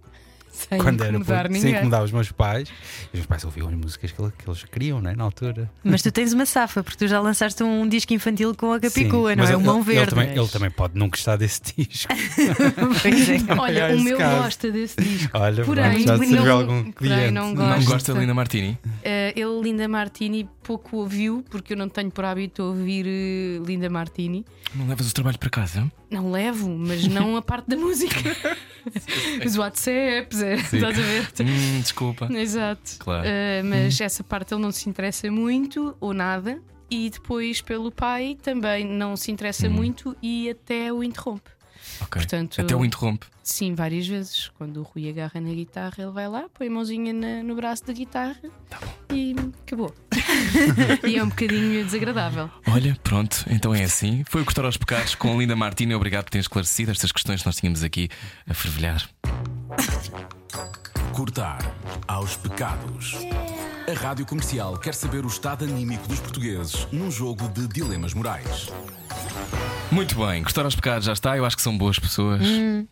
Sem quando era incomodar puto, sem ninguém. incomodar os meus pais. E os meus pais ouviam as músicas que, ele- que eles queriam, né, na altura. Mas tu tens uma safa, porque tu já lançaste um disco infantil com a Capicua, Sim, não mas é? O ele- Mão ele- Verde. Ele também, ele também pode não gostar desse disco. Pois é. É Olha, o esse meu caso. gosta desse disco. Olha, Porém, vamos já não- servir algum porém, cliente. Não não Gosto. gosta de Linda Martini? Eh, ele, Linda Martini, pouco ouviu, porque eu não tenho por hábito ouvir eh, Linda Martini. Não levas o trabalho para casa? Não levo, mas não a parte da música. Os WhatsApps, é, estás a ver? Hum, desculpa. Exato. Claro. Eh, mas essa parte ele não se interessa muito ou nada. E depois, pelo pai, também não se interessa muito e até o interrompe. Ok. portanto- Até o interrompe. Sim, várias vezes. Quando o Rui agarra na guitarra, ele vai lá, põe a mãozinha na- no braço da guitarra e acabou. e é um bocadinho desagradável. Olha, pronto, então é assim. Foi o Cortar aos Pecados com Linda Martini. Obrigado por terem esclarecido estas questões que nós tínhamos aqui a fervilhar. Cortar aos pecados. A Rádio Comercial quer saber o estado anímico dos portugueses num jogo de dilemas morais. Muito bem, Cortar aos Pecados já está. Eu acho que são boas pessoas. Hum,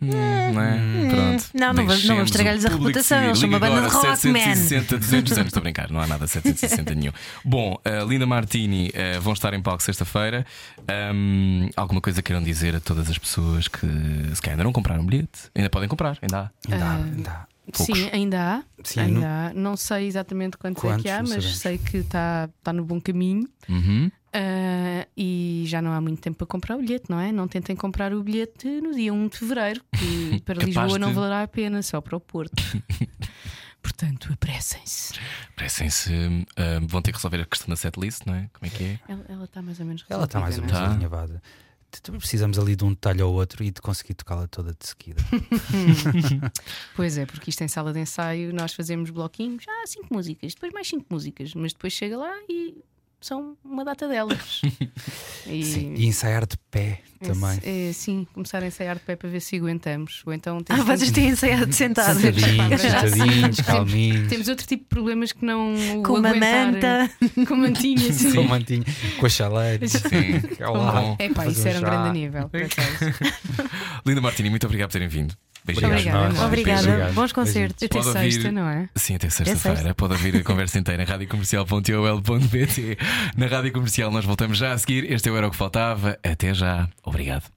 não é? Pronto. Não, não vamos- não vamos Deixemos estragar-lhes a o público reputação, decidir. eles são uma Liga banda de agora, rock, man. 760, 200 anos, estou a brincar, não há nada 760 nenhum. Bom, a Linda Martini eh, vão estar em palco sexta-feira. Ahm, alguma coisa queiram dizer a todas as pessoas que se calhar ainda não compraram um bilhete? Ainda podem comprar, ainda há. Ainda há- Ah, ainda há. Poucos. Sim, ainda há. Sim, ainda não- há. Não sei exatamente quantos, é que Quantos, há, não mas sabemos. sei que está tá no bom caminho. Uhum. Ah, e já não há muito tempo para comprar o bilhete, não é? Não tentem comprar o bilhete no dia 1 de fevereiro, que para Capaz Lisboa não de- valerá a pena, só para o Porto. Portanto, apressem-se. Parecem-se. ah, vão ter que resolver a questão da setlist, não é? Como é que é? Ela ela está mais ou menos Ela está mais ou resolvida, menos não é? Tá. alinhavada. T- Também precisamos ali de um detalhe ao outro e de conseguir tocá-la toda de seguida. Pois é, porque isto em sala de ensaio nós fazemos bloquinhos, ah, cinco músicas, depois mais cinco músicas, mas depois chega lá e são uma data delas. E- Sim, e ensaiar de pé também. É, sim, começar a ensaiar de pé para ver se aguentamos. Ou então Ah, temos, vocês têm ensaiado sentados. Sentadinhos, sentadinhos, calminhos. temos outro tipo de problemas que não o Com uma aguentar. eh, manta. Com mantinha, assim. sim. Com um mantinho, com a chaleira. Sim. Bom. É pá, Fazer um isso era um chá. grande nível. por acaso. Linda Martini, muito obrigado por terem vindo. Beijinhos. Obrigada. Nós. Obrigada. Obrigada, Obrigado. bons concertos. Até Pode ouvir- sexta, não é? Sim, até Até sexta-feira. sexta. Pode ouvir a conversa inteira em radiocomercial.ol.pt. Na Rádio Comercial nós voltamos já a seguir. Este é o Era o que Faltava. Até já. Obrigado.